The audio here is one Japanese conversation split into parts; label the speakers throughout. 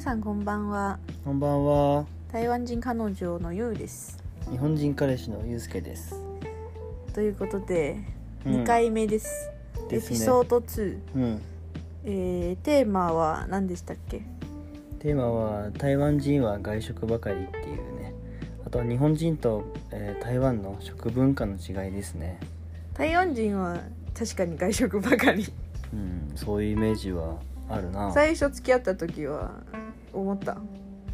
Speaker 1: さんこんばんは
Speaker 2: こんばんは。
Speaker 1: 台湾人彼女のゆうです
Speaker 2: 日本人彼氏のゆうすけです。
Speaker 1: ということで、
Speaker 2: うん
Speaker 1: 2回目です
Speaker 2: ですね
Speaker 1: エピソード2、
Speaker 2: うん。
Speaker 1: えー、テーマは何でしたっけ
Speaker 2: テーマは台湾人は外食ばかりっていうね。あとは日本人と、えー台湾の食文化の違いですね。
Speaker 1: 台湾人は確かに外食ばかり
Speaker 2: うん、そういうイメージはあるな。
Speaker 1: 最初付き合った時は思った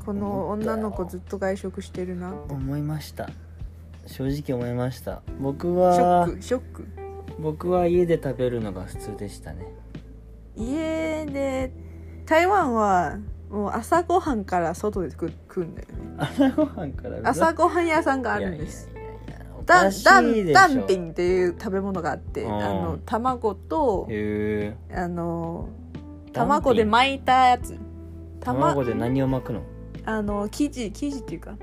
Speaker 1: この
Speaker 2: 思ったよ
Speaker 1: 女の子ずっと外食してるな
Speaker 2: 思いました。正直思いました。僕
Speaker 1: ショ
Speaker 2: は
Speaker 1: ックショック
Speaker 2: 僕は家で食べるのが普通でし たね。
Speaker 1: 家で台湾はもう朝ごはんから外で食う食うんだよね
Speaker 2: 朝ごはんからうわ
Speaker 1: 朝ごはん屋さんがあるんです。
Speaker 2: いやいやいやいやお
Speaker 1: ダ
Speaker 2: か
Speaker 1: ン
Speaker 2: し
Speaker 1: ダ
Speaker 2: い
Speaker 1: ン
Speaker 2: で
Speaker 1: ダ
Speaker 2: し
Speaker 1: ン
Speaker 2: ょ
Speaker 1: ピンっていう食べ物があって
Speaker 2: う
Speaker 1: あ
Speaker 2: ん
Speaker 1: の卵と
Speaker 2: へえ
Speaker 1: あの
Speaker 2: ダンピン
Speaker 1: 卵で巻いたやつたま
Speaker 2: 卵で何を巻くの？
Speaker 1: あの生地生地っていうか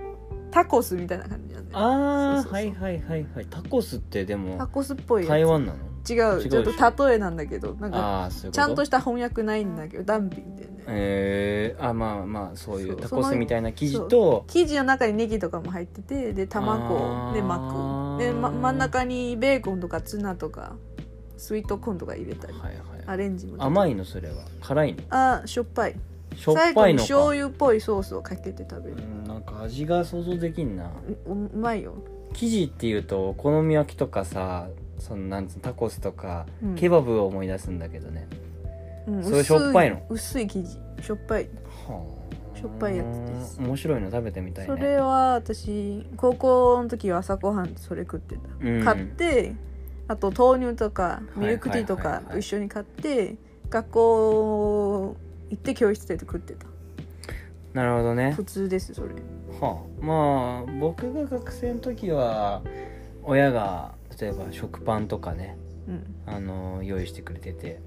Speaker 1: タコスみたいな感じなんだよ
Speaker 2: あ
Speaker 1: そうそ
Speaker 2: あ
Speaker 1: うそう
Speaker 2: はいはいはいはいタコスってで
Speaker 1: タ
Speaker 2: も
Speaker 1: コスっぽいやつ
Speaker 2: 台湾なの
Speaker 1: 違
Speaker 2: 違う
Speaker 1: う
Speaker 2: で
Speaker 1: ちょ
Speaker 2: しょ
Speaker 1: っと例えなんだけどなんか
Speaker 2: ああーそういうこと
Speaker 1: ちゃんとした翻訳ないんだけどダンピンってね
Speaker 2: えー、あまあまあそうい
Speaker 1: そうう
Speaker 2: タコ
Speaker 1: そ
Speaker 2: ス
Speaker 1: の
Speaker 2: みたいな生地と
Speaker 1: 生地の中にネギとかも入っててで
Speaker 2: あ
Speaker 1: 卵
Speaker 2: ー
Speaker 1: で巻くで、ま、真ん中にベーコンとかツナとかスイートコーンとか入れたり
Speaker 2: はいは
Speaker 1: ア
Speaker 2: い
Speaker 1: レンジも
Speaker 2: 甘いのそれは辛いの
Speaker 1: あしょっぱい
Speaker 2: しょっぱい
Speaker 1: 最
Speaker 2: の
Speaker 1: 後に醤
Speaker 2: か
Speaker 1: 油っぽいソースをかけて食べ
Speaker 2: う
Speaker 1: る、
Speaker 2: んなんか味が想像できんな
Speaker 1: うううまいよ、
Speaker 2: 生地っていうとお好み焼きとかさそのなんつうのタコスとか
Speaker 1: うん
Speaker 2: ケバブを思い出すんだけどね、
Speaker 1: うん
Speaker 2: それしょっぱいの
Speaker 1: 薄い薄い生地しょっぱい
Speaker 2: はあ
Speaker 1: しょっぱいやつです
Speaker 2: 面白いの食べてみたいね
Speaker 1: それは私高校の時は朝ごはんそれ食ってた、
Speaker 2: うん
Speaker 1: 買ってあと豆乳とか
Speaker 2: い
Speaker 1: ミルクティーと
Speaker 2: はいは
Speaker 1: か
Speaker 2: いはい
Speaker 1: 一緒に買って学校行って教室で食ってた
Speaker 2: なるほどね
Speaker 1: 普通ですそれ
Speaker 2: はあ、まあ僕が学生の時は親が例えば食パンとかね
Speaker 1: うん
Speaker 2: あの用意してくれてて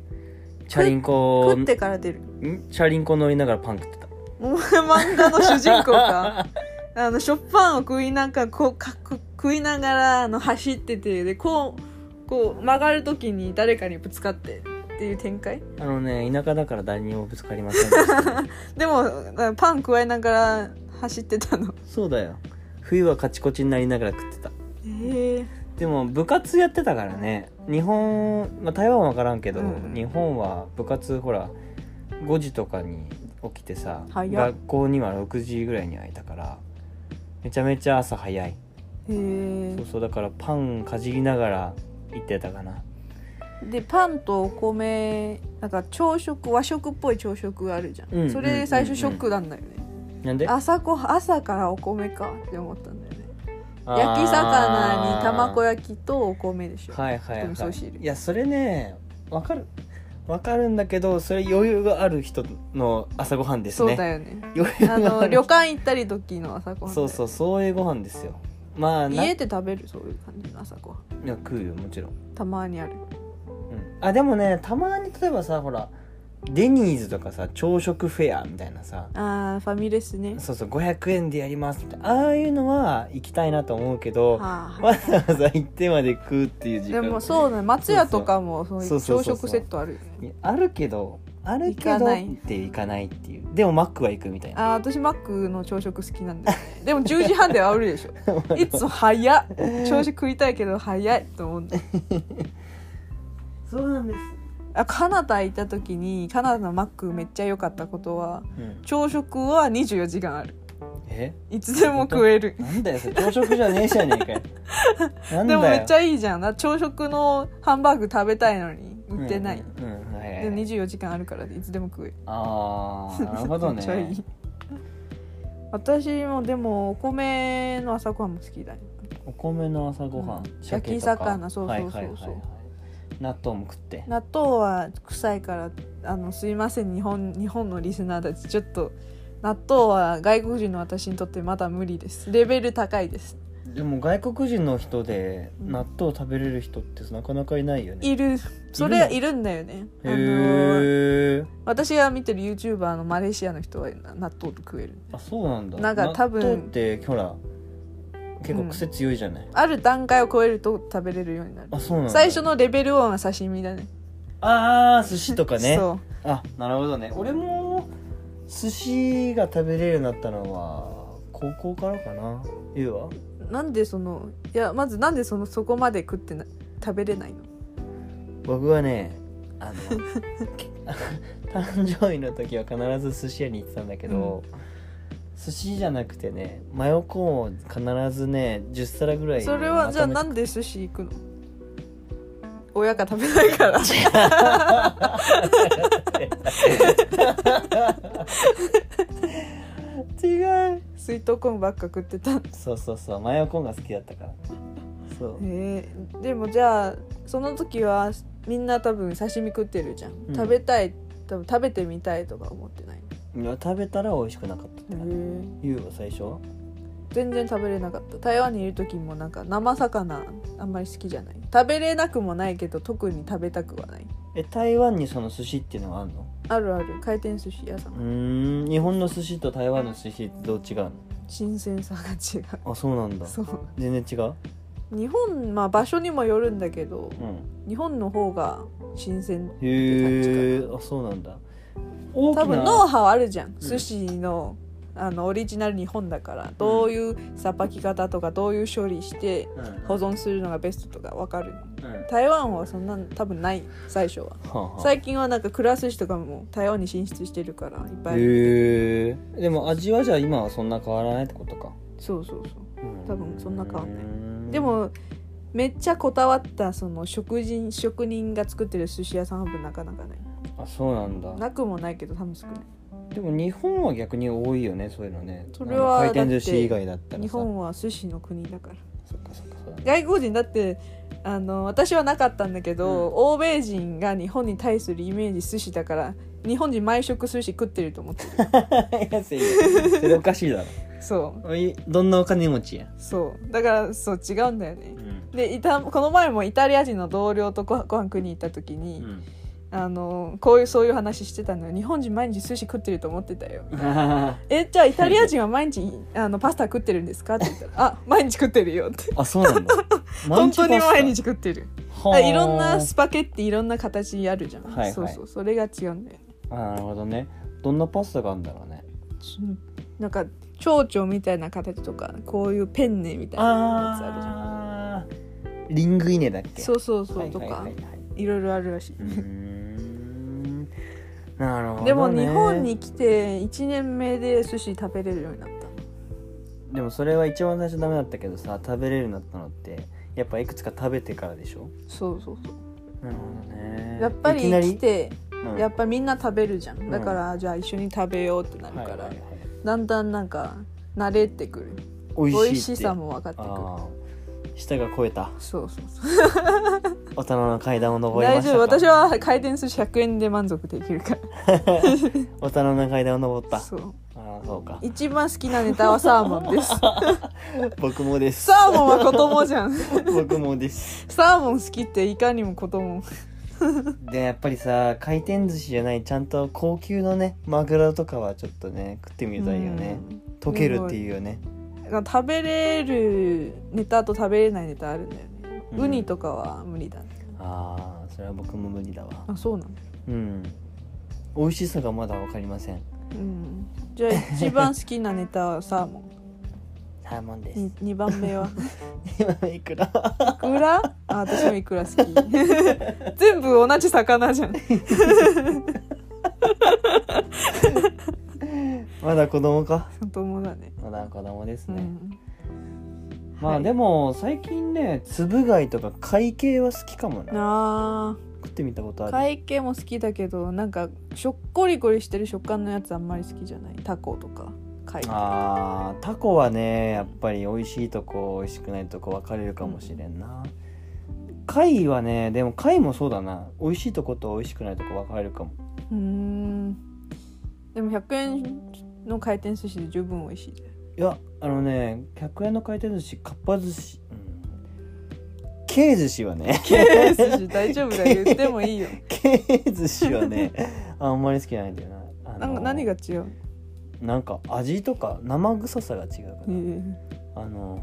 Speaker 2: チャリンコ
Speaker 1: 食ってから出る
Speaker 2: んチャリンコ乗りながらパン食ってた
Speaker 1: お前漫画の主人公か あの、食パンを食いながら、こう、かく食いながら、あの、走ってて、で、こう、こう、曲がるときに誰かにぶつかってっていう展開
Speaker 2: あのね田舎だから誰にもぶつかりませんで した
Speaker 1: でも、あパン食いながら走ってた の。
Speaker 2: そうだよ冬はカチコチになりながら食ってた
Speaker 1: ええ
Speaker 2: でも部活やってたからね日本、まあ、台湾は分からんけど、
Speaker 1: うん
Speaker 2: 日本は部活ほら5時とかに起きてさ
Speaker 1: 早っ
Speaker 2: 学校には6時ぐらいにはいたからめちゃめちゃ朝早い
Speaker 1: え
Speaker 2: そうそうだからパンかじりながら行ってたかな
Speaker 1: えで、パンとお米、なんか朝食、和食っぽい朝食あるじゃん。
Speaker 2: うん
Speaker 1: そ
Speaker 2: うんうんう
Speaker 1: れ
Speaker 2: ん
Speaker 1: 最初ショックなんだよね。
Speaker 2: なんで
Speaker 1: 朝ごはん朝からお米かって思ったんだよね。
Speaker 2: あー
Speaker 1: 焼き魚に卵焼きとお米でしょ。
Speaker 2: はいはいはい
Speaker 1: と味噌汁
Speaker 2: いやそれねわかるわかるんだけどそれ余裕がある人の朝ごはんです
Speaker 1: そうだ
Speaker 2: ね
Speaker 1: よね。
Speaker 2: 余裕が
Speaker 1: あ
Speaker 2: ある
Speaker 1: の旅館行ったり時の朝ごはんだ
Speaker 2: そ
Speaker 1: よ
Speaker 2: うそうそういうご飯ですよまあな
Speaker 1: 家で食べるそういう感じの朝ごはん
Speaker 2: いや食うよもちろん、
Speaker 1: たまにある
Speaker 2: うん、あでもねたまに例えばさほらデニーズとかさ朝食フェアみたいなさ
Speaker 1: あーファミレスね
Speaker 2: そうそう500円でやりますみたいなああいうのは行きたいなと思うけどわ
Speaker 1: はあ
Speaker 2: ざわざ行ってまで食うっていう時
Speaker 1: で
Speaker 2: 間
Speaker 1: もそうだね松屋とかもそう
Speaker 2: そうそう
Speaker 1: 朝
Speaker 2: そう
Speaker 1: 食セットあるよね
Speaker 2: いやあるけどあるけ
Speaker 1: 行か
Speaker 2: ど
Speaker 1: な
Speaker 2: っ
Speaker 1: い
Speaker 2: て行かないっていうでもマックは行くみたいな
Speaker 1: あー私マックの朝食好きなんだよねでも10時半ではあるでしょ いつも早っ朝食食いたいけど早いと思うんだよ
Speaker 2: そうなんです、
Speaker 1: あカナダ行った時にカナダのマックめっちゃ良かったことは
Speaker 2: うん、
Speaker 1: 朝食は24時間ある
Speaker 2: え
Speaker 1: いつでも食える
Speaker 2: なんだよそれ朝食じゃねえじゃねえかよな んだ
Speaker 1: で
Speaker 2: よ
Speaker 1: もめっち
Speaker 2: ゃ
Speaker 1: ゃいいじゃんな朝食のハンバーグ食べたいのに売ってない、
Speaker 2: うんうんうんはいはい
Speaker 1: で24時間あるからいつでも食え
Speaker 2: ああなるほ ど
Speaker 1: めっちゃい
Speaker 2: ね
Speaker 1: い私もでもお米の朝ごはんも好きだよ
Speaker 2: お米の朝ごはん、
Speaker 1: うん
Speaker 2: 鮭
Speaker 1: 焼き
Speaker 2: とか
Speaker 1: 魚そうそうそうそう
Speaker 2: はいはいはいはい納豆も食って
Speaker 1: 納豆は臭いからあのすいません日本日本のリスナーたちちょっと納豆は外国人の私にとってまだ無理ですレベル高いです
Speaker 2: でも外国人の人で
Speaker 1: うん
Speaker 2: 納豆食べれる人ってなかなかいないよね
Speaker 1: いるそれはいるんだよねあ
Speaker 2: へ
Speaker 1: の
Speaker 2: え
Speaker 1: 私が見てる YouTuber のマレーシアの人は納豆と食える
Speaker 2: あそうなんだ
Speaker 1: なんか多分
Speaker 2: 納豆ってほら結構癖強いじゃない、
Speaker 1: ある段階を超えると食べれるようになる
Speaker 2: あそうなんだ
Speaker 1: 最初のレベル1は刺身だね
Speaker 2: ああ寿司とかね
Speaker 1: そ
Speaker 2: あなるほどね俺も寿司が食べれるようになったのは高校からかなゆうは
Speaker 1: なんでそのいやまずなんでそのそこまで食ってな食べれないの
Speaker 2: 僕はねあの け誕生日の時は必ず寿司屋に行ってたんだけど、寿司じゃなくてねマヨコーンを必ずね10皿ぐらい
Speaker 1: それはじゃあ
Speaker 2: ま
Speaker 1: な
Speaker 2: と
Speaker 1: んで寿司行くの親が食べないから
Speaker 2: め違う
Speaker 1: 水筒コーンばっか食ってたへ
Speaker 2: そうそうそうマヨコーンが好きだったからそう
Speaker 1: えでもじゃあその時はみんな多分刺身食ってるじゃん、
Speaker 2: うん
Speaker 1: 食べたい多分食べてみたいとか思ってないへ
Speaker 2: いや食べたら美味しくなかったって感じ
Speaker 1: え
Speaker 2: ゆうは最初
Speaker 1: 全然食べれなかった台湾にいる時もなんか生魚あんまり好きじゃない食べれなくもないけど特に食べたくはない
Speaker 2: え台湾にその寿司っていうのはあるの
Speaker 1: あるある回転寿司屋さん
Speaker 2: うーん日本の寿司と台湾の寿司ってどう違うの
Speaker 1: 新鮮さが違う
Speaker 2: あそうなんだ
Speaker 1: そう
Speaker 2: 全然違う
Speaker 1: 日本まあ場所にもよるんだけど
Speaker 2: うん
Speaker 1: 日本の方が新鮮
Speaker 2: へえあそうなんだ大きな
Speaker 1: 多分ノウハウあるじゃん、
Speaker 2: ん
Speaker 1: 寿司のあのオリジナル日本だからどういうさばき方とかどういう処理して
Speaker 2: うんうん
Speaker 1: 保存するのがベストとか分かる
Speaker 2: うん
Speaker 1: 台湾はそんなの多分ない最初は
Speaker 2: はあはあ
Speaker 1: 最近はなんかくら寿司とかも台湾に進出してるからいっぱいある
Speaker 2: へえでも味はじゃあ今はそんな変わらないってことか、
Speaker 1: そうそうそう多分そんな変わんない
Speaker 2: い
Speaker 1: でもめっちゃこだわったその食人職人が作ってる寿司屋さんは多分なかなかない
Speaker 2: あそうなんだ
Speaker 1: なくもないけど多分少ない
Speaker 2: でも日本は逆に多いよねそういうのね
Speaker 1: それは
Speaker 2: あの回転寿司以外だったらさ
Speaker 1: 日本は寿司の国だから
Speaker 2: そっかそっかそうだね
Speaker 1: 外国人だってあの私はなかったんだけど、
Speaker 2: うん
Speaker 1: 欧米人が日本に対するイメージ寿司だから日本人毎食寿司食ってると思ってる
Speaker 2: 安いよそれおかしいだ
Speaker 1: そう
Speaker 2: ろいどんなお金持ちや、
Speaker 1: そうだからそう違うんだよねでいたこの前もイタリア人の同僚とごご飯食いに行った時
Speaker 2: う
Speaker 1: に、
Speaker 2: ん、
Speaker 1: あのこういうそういう話してたのよ日本人毎日寿司食ってると思ってたよ
Speaker 2: あ
Speaker 1: えじゃあイタリア人は毎 日あのパスタ食ってるんですかって言ったら「あ毎日食ってるよ」って
Speaker 2: そうなん だ
Speaker 1: 本当に毎日食ってる
Speaker 2: はあ
Speaker 1: いろんなスパゲッティいろんな形あるじゃん、
Speaker 2: はいはい
Speaker 1: そうそうそれが違うんだよね
Speaker 2: あなるほどねどんなパスタがあるんだろうね
Speaker 1: なんか蝶々みたいな形とかこういうペンネみたいなやつあるじゃん
Speaker 2: あーリングイネだっけ
Speaker 1: そうそうそうとか、
Speaker 2: はいいはいはいはい
Speaker 1: ろいろあるらしい、
Speaker 2: うーんなるほど、ね、
Speaker 1: でも日本に来て1年目で寿司食べれるようになった
Speaker 2: でもそれは一番最初ダメだったけどさ食べれるようになったのってやっぱいくつか食べてからでしょ
Speaker 1: そうそうそう
Speaker 2: なるほどね
Speaker 1: やっぱり
Speaker 2: いきな
Speaker 1: 来て
Speaker 2: うん
Speaker 1: やっぱみんな食べるじゃん
Speaker 2: ん
Speaker 1: だからじゃあ一緒に食べようってなるから、
Speaker 2: はいはいはい
Speaker 1: だんだんなんか慣れてくる美
Speaker 2: 美
Speaker 1: 味
Speaker 2: 味しい
Speaker 1: し
Speaker 2: って
Speaker 1: さも分かってくる
Speaker 2: あー舌が超えた
Speaker 1: そうそうそう
Speaker 2: 大人の階段を登りま
Speaker 1: 大
Speaker 2: した
Speaker 1: 丈夫
Speaker 2: か
Speaker 1: 私は回転寿司100円で満足できるか
Speaker 2: 大人の階段を登った
Speaker 1: らそう
Speaker 2: ああそうか
Speaker 1: 一番好きなネタはサーモン です
Speaker 2: 僕もです
Speaker 1: サーモンは子供じゃん
Speaker 2: 僕もです
Speaker 1: サーモン好きっていかにも子供
Speaker 2: でやっぱりさ回転寿司じゃないちゃんと高級のねマグロとかはちょっとね食ってみたいよね溶けるっていうよね
Speaker 1: うん食べれるネタと食べれないネタあるんだよね、
Speaker 2: うん
Speaker 1: ウニとかは無理だね
Speaker 2: ああそれは僕も無理だわ
Speaker 1: あそうなんだ
Speaker 2: うん美味しさがまだ分かりません
Speaker 1: うんじ ゃあ一番好きなネタはサーモン
Speaker 2: サーモンで
Speaker 1: に二番目は
Speaker 2: 今 いくら
Speaker 1: イクラあ私もイクラ好き 全部同じ魚じゃん
Speaker 2: まだ子供か
Speaker 1: 子供だね
Speaker 2: まだ子供です
Speaker 1: う
Speaker 2: ね、
Speaker 1: ん
Speaker 2: ま
Speaker 1: は
Speaker 2: あ
Speaker 1: い
Speaker 2: でも最近ねつぶ貝とか貝系は好きかもな
Speaker 1: あ
Speaker 2: 食ってみたこと
Speaker 1: ー
Speaker 2: ある
Speaker 1: 会計も好きだけどなんかしょっこりこりしてる食感のやつあんまり好きじゃないタコとか貝
Speaker 2: あータコはねやっぱり美味しいとこ美味しくないとこ分かれるかもしれんな、貝はねでも貝もそうだな美味しいとこと美味しくないとこ分かれるかも
Speaker 1: うーんでも100円の回転寿司で十分美味 しい
Speaker 2: いやあのね100円の回転寿司かっぱ寿司うん軽寿司はね
Speaker 1: ケー寿司大丈夫だよ言ってもいいよ
Speaker 2: 軽寿司 はねあんまり好きじゃないんだよなあの
Speaker 1: なんか何が違う、
Speaker 2: なんか味とか生臭さが違うか
Speaker 1: え
Speaker 2: な、
Speaker 1: ー
Speaker 2: あの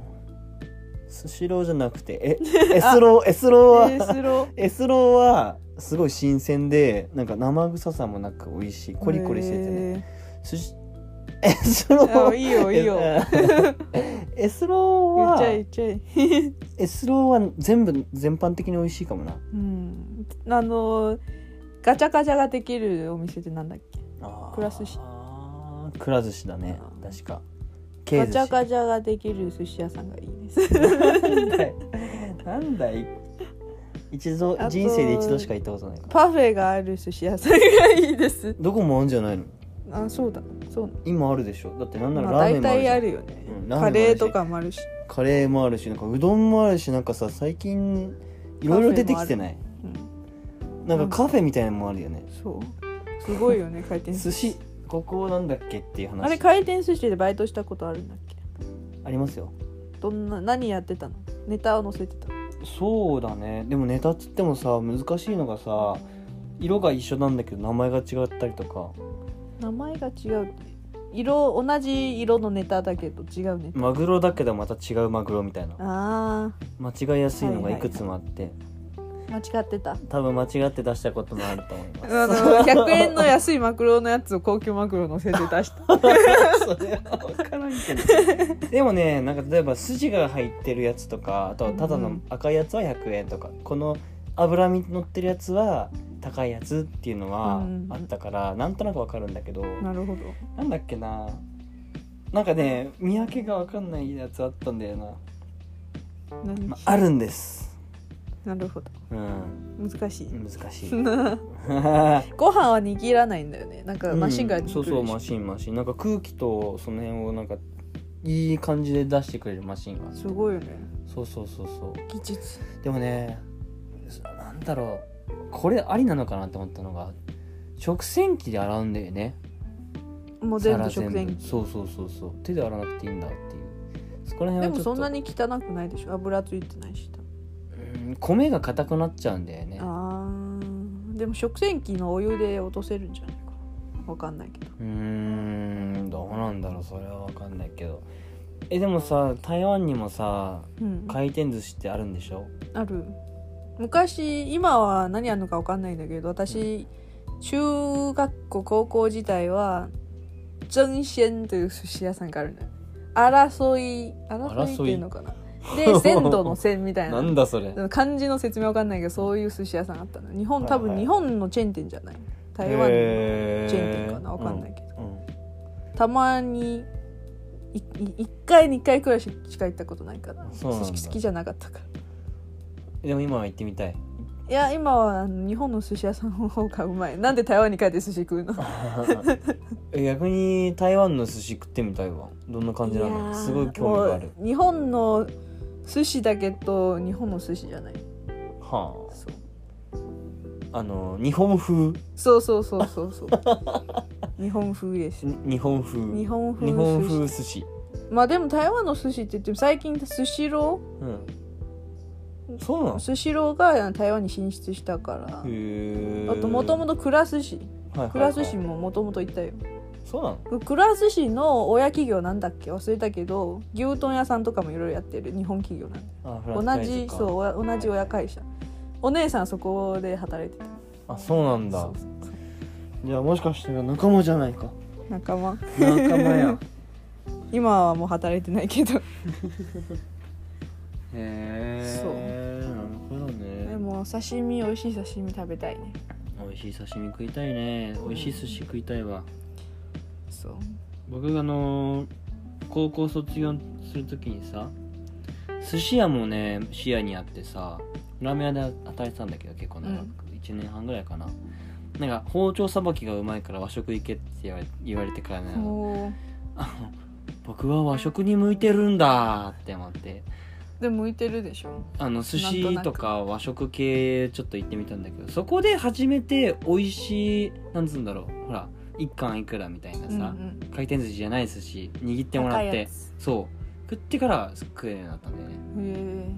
Speaker 2: スシローじゃなくて えエスローエスロ
Speaker 1: え
Speaker 2: ーは
Speaker 1: ー、スロー
Speaker 2: エスローはすごい新鮮でなんか生臭さもなく美味しいコリコリしててね、
Speaker 1: え
Speaker 2: 寿司エスロ
Speaker 1: あ
Speaker 2: ー
Speaker 1: いいよい いよ
Speaker 2: エスロー
Speaker 1: 言っ
Speaker 2: は
Speaker 1: ちゃえ言っちゃえ
Speaker 2: エスローは全部全般的に美味しいかもな
Speaker 1: うんあのガチャガチャができるお店ってなんだっけくら寿司
Speaker 2: あーくら寿司だね
Speaker 1: あー
Speaker 2: 確か
Speaker 1: ガチャガ
Speaker 2: チ
Speaker 1: チャができる寿司屋さんがいいです
Speaker 2: なんだいなんだい一度
Speaker 1: あと
Speaker 2: 人生で一度しか行ったことないから
Speaker 1: パフェがある寿司屋さんがいいです
Speaker 2: どこもあるんじゃないの
Speaker 1: あそうだそう
Speaker 2: 今あるでしょだってなん
Speaker 1: だ、
Speaker 2: なら
Speaker 1: まあ、
Speaker 2: ラーメ
Speaker 1: 大
Speaker 2: ン
Speaker 1: 体
Speaker 2: もあるじゃん
Speaker 1: あるよね、
Speaker 2: うんラーメンもあ
Speaker 1: カ
Speaker 2: るし
Speaker 1: レーとかもあるし、
Speaker 2: カレーもあるしなんかうどんもあるしなんかさ最近いろいろ出てきてない
Speaker 1: うん、
Speaker 2: なんかカフェみたいなのもあるよね
Speaker 1: そうすごいよね回転寿司
Speaker 2: 寿司ここなんだっけっていう話
Speaker 1: あれ回転寿司でバイトしたことあるんだっけ
Speaker 2: ありますよ
Speaker 1: どんな何やってたのネタを載せてた
Speaker 2: そうだねでもネタっつってもさ難しいのがさ色が一緒なんだけど名前が違ったりとか
Speaker 1: 名前が違うって色同じ色のネタだけど違うネタ
Speaker 2: マグロだけどまた違うマグロみたいな
Speaker 1: あ
Speaker 2: 間違いやすいのがいくつもあって、
Speaker 1: ー間違ってた
Speaker 2: 多分間違って出したこともあると思い
Speaker 1: あ
Speaker 2: ま
Speaker 1: の
Speaker 2: す
Speaker 1: 100円の安いマクロのやつを高級マクロのせて出した
Speaker 2: それは分からんけどでもねなんか例えば筋が入ってるやつとかあとはただの赤いやつは100円とかこの脂身乗ってるやつは高いやつっていうのは
Speaker 1: うん
Speaker 2: あったから、なんとなく分かるんだけど、
Speaker 1: なるほど
Speaker 2: なんだっけななんかね見分けが分かんないやつあったんだよな、
Speaker 1: 何
Speaker 2: まあ、あるんです
Speaker 1: なるほど
Speaker 2: うん
Speaker 1: 難しい、
Speaker 2: 難しい
Speaker 1: ご飯は握らないんだよねなんかマシンが
Speaker 2: うんそうそうマシンマシンなんか空気とその辺をなんかいい感じで出してくれるマシンが
Speaker 1: すごいよね
Speaker 2: そうそうそうそ
Speaker 1: 技術
Speaker 2: うでもねなんだろうこれありなのかなって思ったのが食洗機で洗うんだよね
Speaker 1: もう全
Speaker 2: 皿
Speaker 1: 部食前機
Speaker 2: そうそうそうそう手で洗わなくていいんだっていうそこら
Speaker 1: で
Speaker 2: 辺は
Speaker 1: も
Speaker 2: ちょ
Speaker 1: そ
Speaker 2: っ
Speaker 1: んな
Speaker 2: と
Speaker 1: に汚くないでしょ油ついてないし多分
Speaker 2: うん米が硬くなっちゃうんだよね
Speaker 1: あーでも食洗機のお湯で落とせるんじゃないかなわかんないけど
Speaker 2: うーんどうなんだろうそれは分かんないけどえでもさ台湾にもさ
Speaker 1: うん
Speaker 2: 回転寿司ってあるんでしょ
Speaker 1: ある昔今は何やるのかわかんないんだけど私、中学校高校時代は真鮮という寿司屋さんがあるのよ争い争いっていうのかなで鮮度の鮮みたいな
Speaker 2: なんだそれ
Speaker 1: 漢字の説明わかんないけどそういう寿司屋さんあったの日本多
Speaker 2: はい
Speaker 1: 分
Speaker 2: はい
Speaker 1: 日本のチェーン店じゃない台湾のチェーン店かなわかんないけど、
Speaker 2: うん、うん
Speaker 1: たまに1回2回くらいしか行ったことないから
Speaker 2: そうなんだ
Speaker 1: 好きじゃなかったから
Speaker 2: でも今は行ってみたい
Speaker 1: いや今はあの日本の寿司屋さんの方がうまいなんで台湾に帰って寿司食うの
Speaker 2: え逆に台湾の寿司食ってみたいわどんな感じなのすごい興味がある
Speaker 1: もう日本の寿司だけと日本の寿司じゃない
Speaker 2: は
Speaker 1: そう
Speaker 2: ああの日本風
Speaker 1: そうそうそうそう そう日本風です
Speaker 2: に日本風
Speaker 1: 日本風
Speaker 2: 日本
Speaker 1: 寿司
Speaker 2: 風寿司
Speaker 1: まあでも台湾の寿司って言っても最近スシロ
Speaker 2: うんそうなの
Speaker 1: ー
Speaker 2: へ
Speaker 1: スシローが台湾に進出したから
Speaker 2: え
Speaker 1: あともともとくら寿司
Speaker 2: と
Speaker 1: くら寿司ももともと行ったよ
Speaker 2: そうなの
Speaker 1: くら寿司の親企業なんだっけ忘れたけど牛丼屋さんとかもいろいろやってる日本企業なんだよ
Speaker 2: あフラン
Speaker 1: 同
Speaker 2: チャイ
Speaker 1: じ
Speaker 2: ズか
Speaker 1: そうおや同じ親会社お姉さんそこで働いてた
Speaker 2: あそうなんだ
Speaker 1: そうそうそう
Speaker 2: じゃあもしかしたら仲間じゃないか
Speaker 1: 仲間
Speaker 2: 仲間や
Speaker 1: 今はもう働いてないけど
Speaker 2: へえなるほど
Speaker 1: で
Speaker 2: ね
Speaker 1: も刺身美味しい刺身食べたいね
Speaker 2: 美味しい刺身食いたいね美味しい寿司食いたいわ
Speaker 1: そう
Speaker 2: 僕があのー高校卒業するときにさ寿司屋もね視野にあってさラーメン屋で働いてたんだけど結構長く、1年半ぐらいかななんか包丁さばきがうまいから和食行けって言われ言われてからね
Speaker 1: もう
Speaker 2: あの僕は和食に向いてるんだって思って
Speaker 1: でも向いてるでしょ
Speaker 2: あの寿
Speaker 1: なんと
Speaker 2: 司
Speaker 1: なく
Speaker 2: とか和食系ちょっと行ってみたんだけどそこで初めて美味しいなんつうんだろうほら一貫いくらみたいなさ、
Speaker 1: うん
Speaker 2: 回転寿司じゃない寿司握ってもらっ
Speaker 1: 高い
Speaker 2: て
Speaker 1: やつ
Speaker 2: そう食ってから食えるようになったんだよね
Speaker 1: うん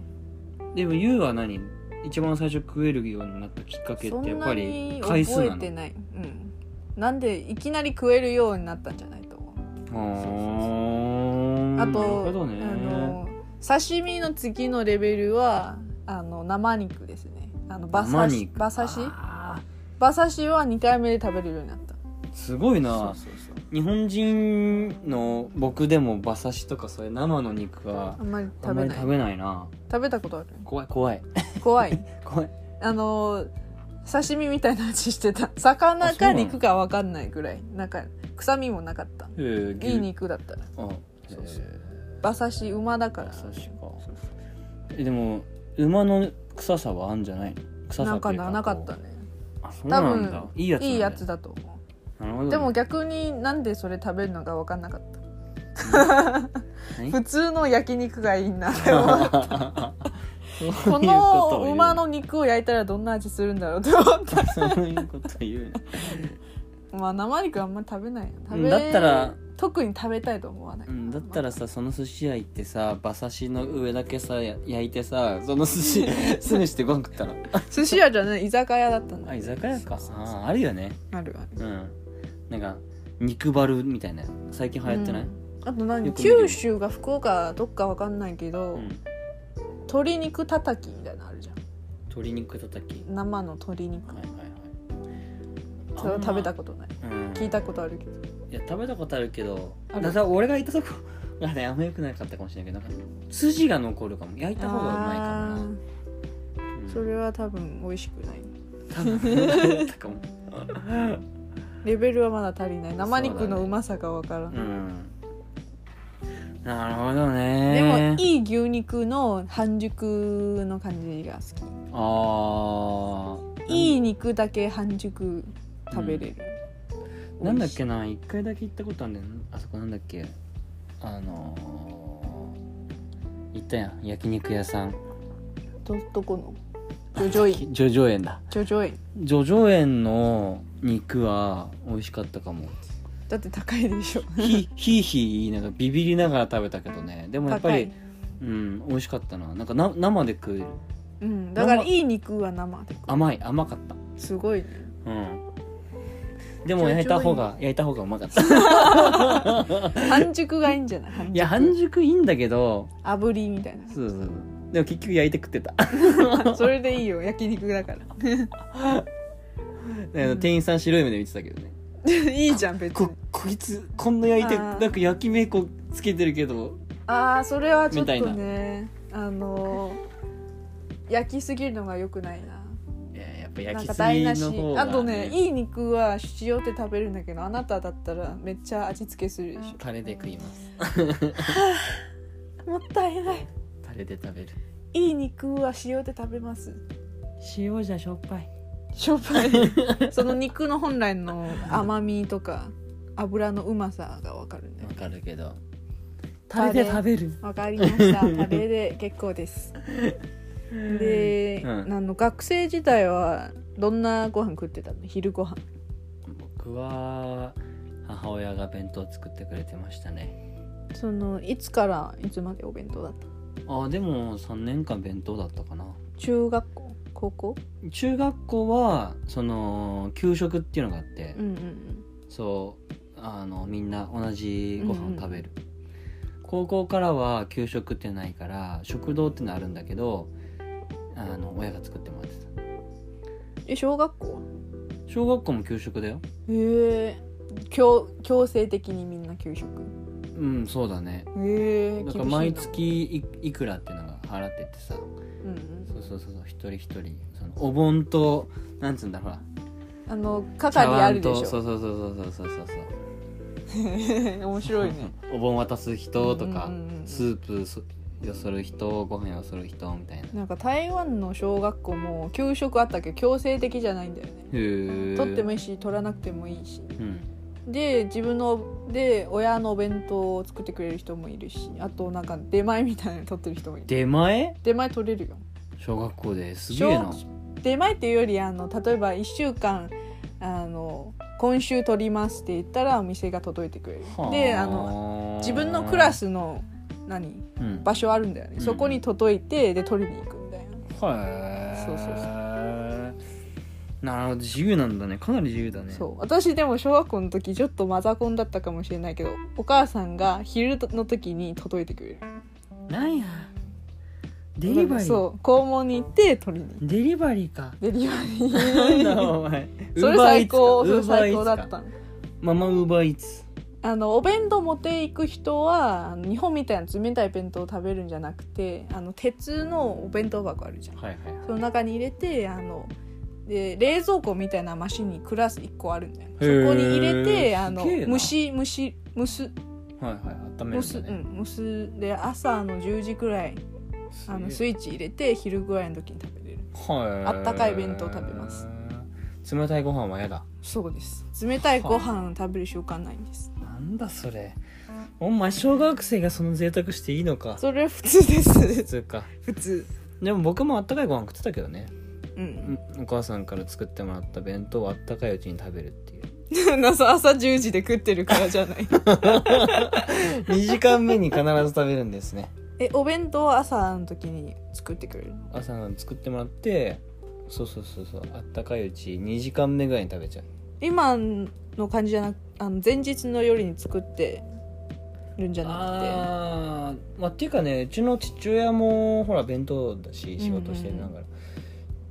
Speaker 1: へ
Speaker 2: でもユウは何一番最初食えるようになったきっかけ
Speaker 1: え
Speaker 2: っ
Speaker 1: そ
Speaker 2: てや
Speaker 1: ん
Speaker 2: っ
Speaker 1: な
Speaker 2: ぱり
Speaker 1: に覚
Speaker 2: 回数
Speaker 1: え
Speaker 2: なの
Speaker 1: てないうんなんでいきなり食えるようになったんじゃないと思うあ
Speaker 2: あなる
Speaker 1: と
Speaker 2: ほど
Speaker 1: あ
Speaker 2: ね
Speaker 1: の刺身の次のレベルはあの生肉ですねあのバサ
Speaker 2: 生
Speaker 1: シ
Speaker 2: 肉
Speaker 1: バサシ
Speaker 2: あ
Speaker 1: 馬刺しは2回目で食べれるようになった
Speaker 2: ーすごいな
Speaker 1: そうそうそう
Speaker 2: 日本人の僕でも馬刺しとかそういう生の肉は
Speaker 1: あんまり
Speaker 2: あ
Speaker 1: 食べ
Speaker 2: ん
Speaker 1: な
Speaker 2: ま
Speaker 1: い
Speaker 2: り食べないな
Speaker 1: 食べたことある
Speaker 2: 怖 い怖い
Speaker 1: 怖い
Speaker 2: 怖い
Speaker 1: あのー刺身みたいな味してた 魚
Speaker 2: あそう
Speaker 1: か
Speaker 2: なの
Speaker 1: 肉か分かんないぐらいなんか臭みもなかった
Speaker 2: えー牛
Speaker 1: いい肉だった
Speaker 2: あ
Speaker 1: そう
Speaker 2: え
Speaker 1: そう
Speaker 2: ー
Speaker 1: 馬刺し馬だから
Speaker 2: 馬刺しか
Speaker 1: そう
Speaker 2: えでも馬の臭さはあんじゃないの
Speaker 1: そ
Speaker 2: 臭
Speaker 1: う
Speaker 2: さ
Speaker 1: なん
Speaker 2: と
Speaker 1: か
Speaker 2: いうか
Speaker 1: ななかったね
Speaker 2: あそうなんだ
Speaker 1: 多
Speaker 2: いいやつなんだ
Speaker 1: いいやつだと思
Speaker 2: なるほ
Speaker 1: う
Speaker 2: どね
Speaker 1: でも逆になんでそれ食べるのか分かんなかった
Speaker 2: 何
Speaker 1: 普通の焼肉がいいな
Speaker 2: そういうと
Speaker 1: こ
Speaker 2: を言う
Speaker 1: の馬の肉を焼いたらどんな味するんだろうと思った
Speaker 2: そう いうこと言う
Speaker 1: まあ生肉あんまり食べないよ食
Speaker 2: うん
Speaker 1: べ
Speaker 2: だったら
Speaker 1: 特に食べたいと思わない、
Speaker 2: うんだったらさその寿司屋行ってさ馬刺しの上だけさや焼いてさその寿 司すぐしてご飯食ったら
Speaker 1: 寿司屋じゃない居酒屋だったんだ
Speaker 2: あ居酒屋か
Speaker 1: そうそうそう
Speaker 2: ああるよね
Speaker 1: あるある
Speaker 2: うんなんか肉バルみたいな最近流行ってない、
Speaker 1: うんあと何
Speaker 2: よく見るよ
Speaker 1: 九州が福岡どっかわかんないけど、
Speaker 2: うん
Speaker 1: 鶏肉たたきみたいなのあるじゃん
Speaker 2: 鶏肉たたき
Speaker 1: 生の鶏肉
Speaker 2: はいはいはい
Speaker 1: それは食べた
Speaker 2: こ
Speaker 1: ことない
Speaker 2: と、うん
Speaker 1: 聞いたことあるけど
Speaker 2: いや食べたことあるけど
Speaker 1: ある
Speaker 2: だから俺が行ったとこがねあんま良くなかったかもしれないけどなんか筋が残るかも焼いた方がうまいかもな、
Speaker 1: あ
Speaker 2: う
Speaker 1: ー
Speaker 2: ん
Speaker 1: それは多分美味しくない
Speaker 2: 多分だったかも
Speaker 1: レベルはまだ足りない生肉のうまさがわから
Speaker 2: う
Speaker 1: ない、
Speaker 2: んなるほど
Speaker 1: でも
Speaker 2: ね
Speaker 1: いい牛肉の半熟の感じが好
Speaker 2: あ
Speaker 1: き
Speaker 2: い
Speaker 1: いい肉だけ半熟食べれる、
Speaker 2: なんだっけな一回だけ行ったことあるんだよなあそこなんだっけあのー、行ったやん焼肉屋さん
Speaker 1: どどこの叙々苑
Speaker 2: 叙々苑だ
Speaker 1: 叙々苑
Speaker 2: 叙々苑の肉は美味しかったかも
Speaker 1: だって高いでしょ
Speaker 2: ひひいひい言いながらビビりながら食べたけどねでもやっぱ
Speaker 1: 高い
Speaker 2: り、うん、美味しかったななんかな生で食える
Speaker 1: うん、だからいい肉は生で
Speaker 2: 甘い甘かった
Speaker 1: すごいね
Speaker 2: うんでも焼いた方が焼いた方がう まかったい
Speaker 1: 半熟がいいんじゃない半熟
Speaker 2: や半熟いいんだけど
Speaker 1: 炙りみたい
Speaker 2: そうそうでも結局焼いて食ってた
Speaker 1: な それでいいよ焼肉だ から
Speaker 2: 店員さん白い目で見てたけどね
Speaker 1: いいじゃん別に
Speaker 2: ここいつこんな焼いて
Speaker 1: あー
Speaker 2: なんか焼き目こうつけてるけど
Speaker 1: ああそれはちょっ
Speaker 2: みた
Speaker 1: と
Speaker 2: い
Speaker 1: ねあのー焼きすぎるのが良くないない
Speaker 2: ややっぱ
Speaker 1: なん
Speaker 2: 焼き
Speaker 1: か
Speaker 2: す
Speaker 1: 台
Speaker 2: ぎ
Speaker 1: 無
Speaker 2: の
Speaker 1: し
Speaker 2: 方が、
Speaker 1: あとねいい肉は塩で食べるんだけどあなただったらめっちゃ味付けするでし
Speaker 2: タレで食います
Speaker 1: ょもったいない
Speaker 2: タレで食べる
Speaker 1: いい肉は塩で食べます
Speaker 2: 塩じゃしょっぱい
Speaker 1: しょっ ぱいその肉の本来の甘みとか油のうまさがわかるね
Speaker 2: わかるけど
Speaker 1: タレで食
Speaker 2: べる
Speaker 1: わかりま した。食べで結構です。で、
Speaker 2: うん
Speaker 1: あの学生時代はどんなご飯食ってたの？昼ご飯。
Speaker 2: 僕は母親が弁当作ってくれてましたね
Speaker 1: そのいつからいつまでお弁当だった？
Speaker 2: あでも3年間弁当だったかな
Speaker 1: 中学校、高校？
Speaker 2: 中学校はその給食っていうのがあって、
Speaker 1: うんうん
Speaker 2: そうあのみんな同じご飯を食べる、高校からは給食ってないから食堂ってのあるんだけどあの親が作ってもらってた
Speaker 1: うん。え小学校は？
Speaker 2: 小学校も給食だよ
Speaker 1: へえ。強強制的にみんな給食。
Speaker 2: うんそうだね
Speaker 1: へえ。厳し
Speaker 2: だか
Speaker 1: い
Speaker 2: ら
Speaker 1: な
Speaker 2: 毎。月いいくらっていうのが払っててさ
Speaker 1: うんうん。
Speaker 2: そうそうそうそう一人一人そのお盆となんつうんだほら
Speaker 1: あの係あるでし
Speaker 2: 茶碗とそ
Speaker 1: ょ。
Speaker 2: うそうそうそうそうそうそう
Speaker 1: 面白いね。
Speaker 2: お盆渡す人とか、
Speaker 1: うんうんうんうん
Speaker 2: スープそよそる人ご飯よそる人みたいな
Speaker 1: なんか台湾の小学校も給食あったけど強制的じゃないんだよね。
Speaker 2: へえ
Speaker 1: 取ってもいいし取らなくてもいいし
Speaker 2: うん
Speaker 1: で自分ので親のお弁当を作ってくれる人もいるしあとなんか出前みたいなの取ってる人もいる
Speaker 2: 出前
Speaker 1: 出前取れるよ
Speaker 2: 小学校ですげえな
Speaker 1: 小出前っていうよりあの例えば1週間あの今週取りますって言ったらお店が届いてくれるであの
Speaker 2: の
Speaker 1: 自分のクラ、スの何
Speaker 2: うん、
Speaker 1: 場所あるんだよねそこに届いてで取りに行くみたいな
Speaker 2: はい
Speaker 1: そうそうそ
Speaker 2: なるほど自由なんだねかなり自由だね
Speaker 1: そう私でも小学校の時ちょっとマザコンだったかもしれないけどお母さんが昼の時に届いてくれる
Speaker 2: なんやデリバリー
Speaker 1: そう校門に行って取りに行く
Speaker 2: デリバリーか
Speaker 1: デリバリ
Speaker 2: なんだ
Speaker 1: ー
Speaker 2: お前
Speaker 1: それ最高
Speaker 2: Uber
Speaker 1: それ
Speaker 2: Eats か
Speaker 1: 最高だっ
Speaker 2: Uber
Speaker 1: た
Speaker 2: Eats ママウーバーイーツ
Speaker 1: あのお弁当持っていく人はあの日本みたいな冷たい弁当を食べるんじゃなくてあの鉄のお弁当箱あるじゃん
Speaker 2: はいはいはい
Speaker 1: その中に入れてあので冷蔵庫みたいなマシンにクラス1個あるんだよねそ
Speaker 2: へー
Speaker 1: こに入れてあの
Speaker 2: すげえな
Speaker 1: 蒸し蒸し蒸す
Speaker 2: はいはい温め
Speaker 1: 蒸
Speaker 2: る
Speaker 1: す、
Speaker 2: んだ
Speaker 1: う
Speaker 2: ね
Speaker 1: ん蒸すで朝の10時くらい
Speaker 2: すげえ
Speaker 1: あのスイッチ入れて昼ぐらいの時に食べれる
Speaker 2: はい
Speaker 1: あったかい弁当食べます
Speaker 2: 冷たいご飯はやだ
Speaker 1: そうです冷たいご飯を食べる習慣ないんです
Speaker 2: なんだそれお前小学生がその贅沢していいのか
Speaker 1: それは普通で
Speaker 2: 普
Speaker 1: す
Speaker 2: 通か
Speaker 1: 普通
Speaker 2: でも僕もあったかいご飯食ってたけどね
Speaker 1: う
Speaker 2: うん んお母さんから作ってもらった弁当をあったかいうちに食べるっていう
Speaker 1: 朝朝10時で食ってるからじゃない
Speaker 2: 2時間目に必ず食べるんですね
Speaker 1: えお弁当は朝の時に作ってくれるの
Speaker 2: 朝作ってもらってそうそうそうそうあったかいうち2時間目ぐらいに食べちゃう
Speaker 1: 今の感じじゃなくあの前日の夜に作ってるんじゃな
Speaker 2: あー、まあ、っていうかねうちの父親もほら弁当だし仕事してるながら、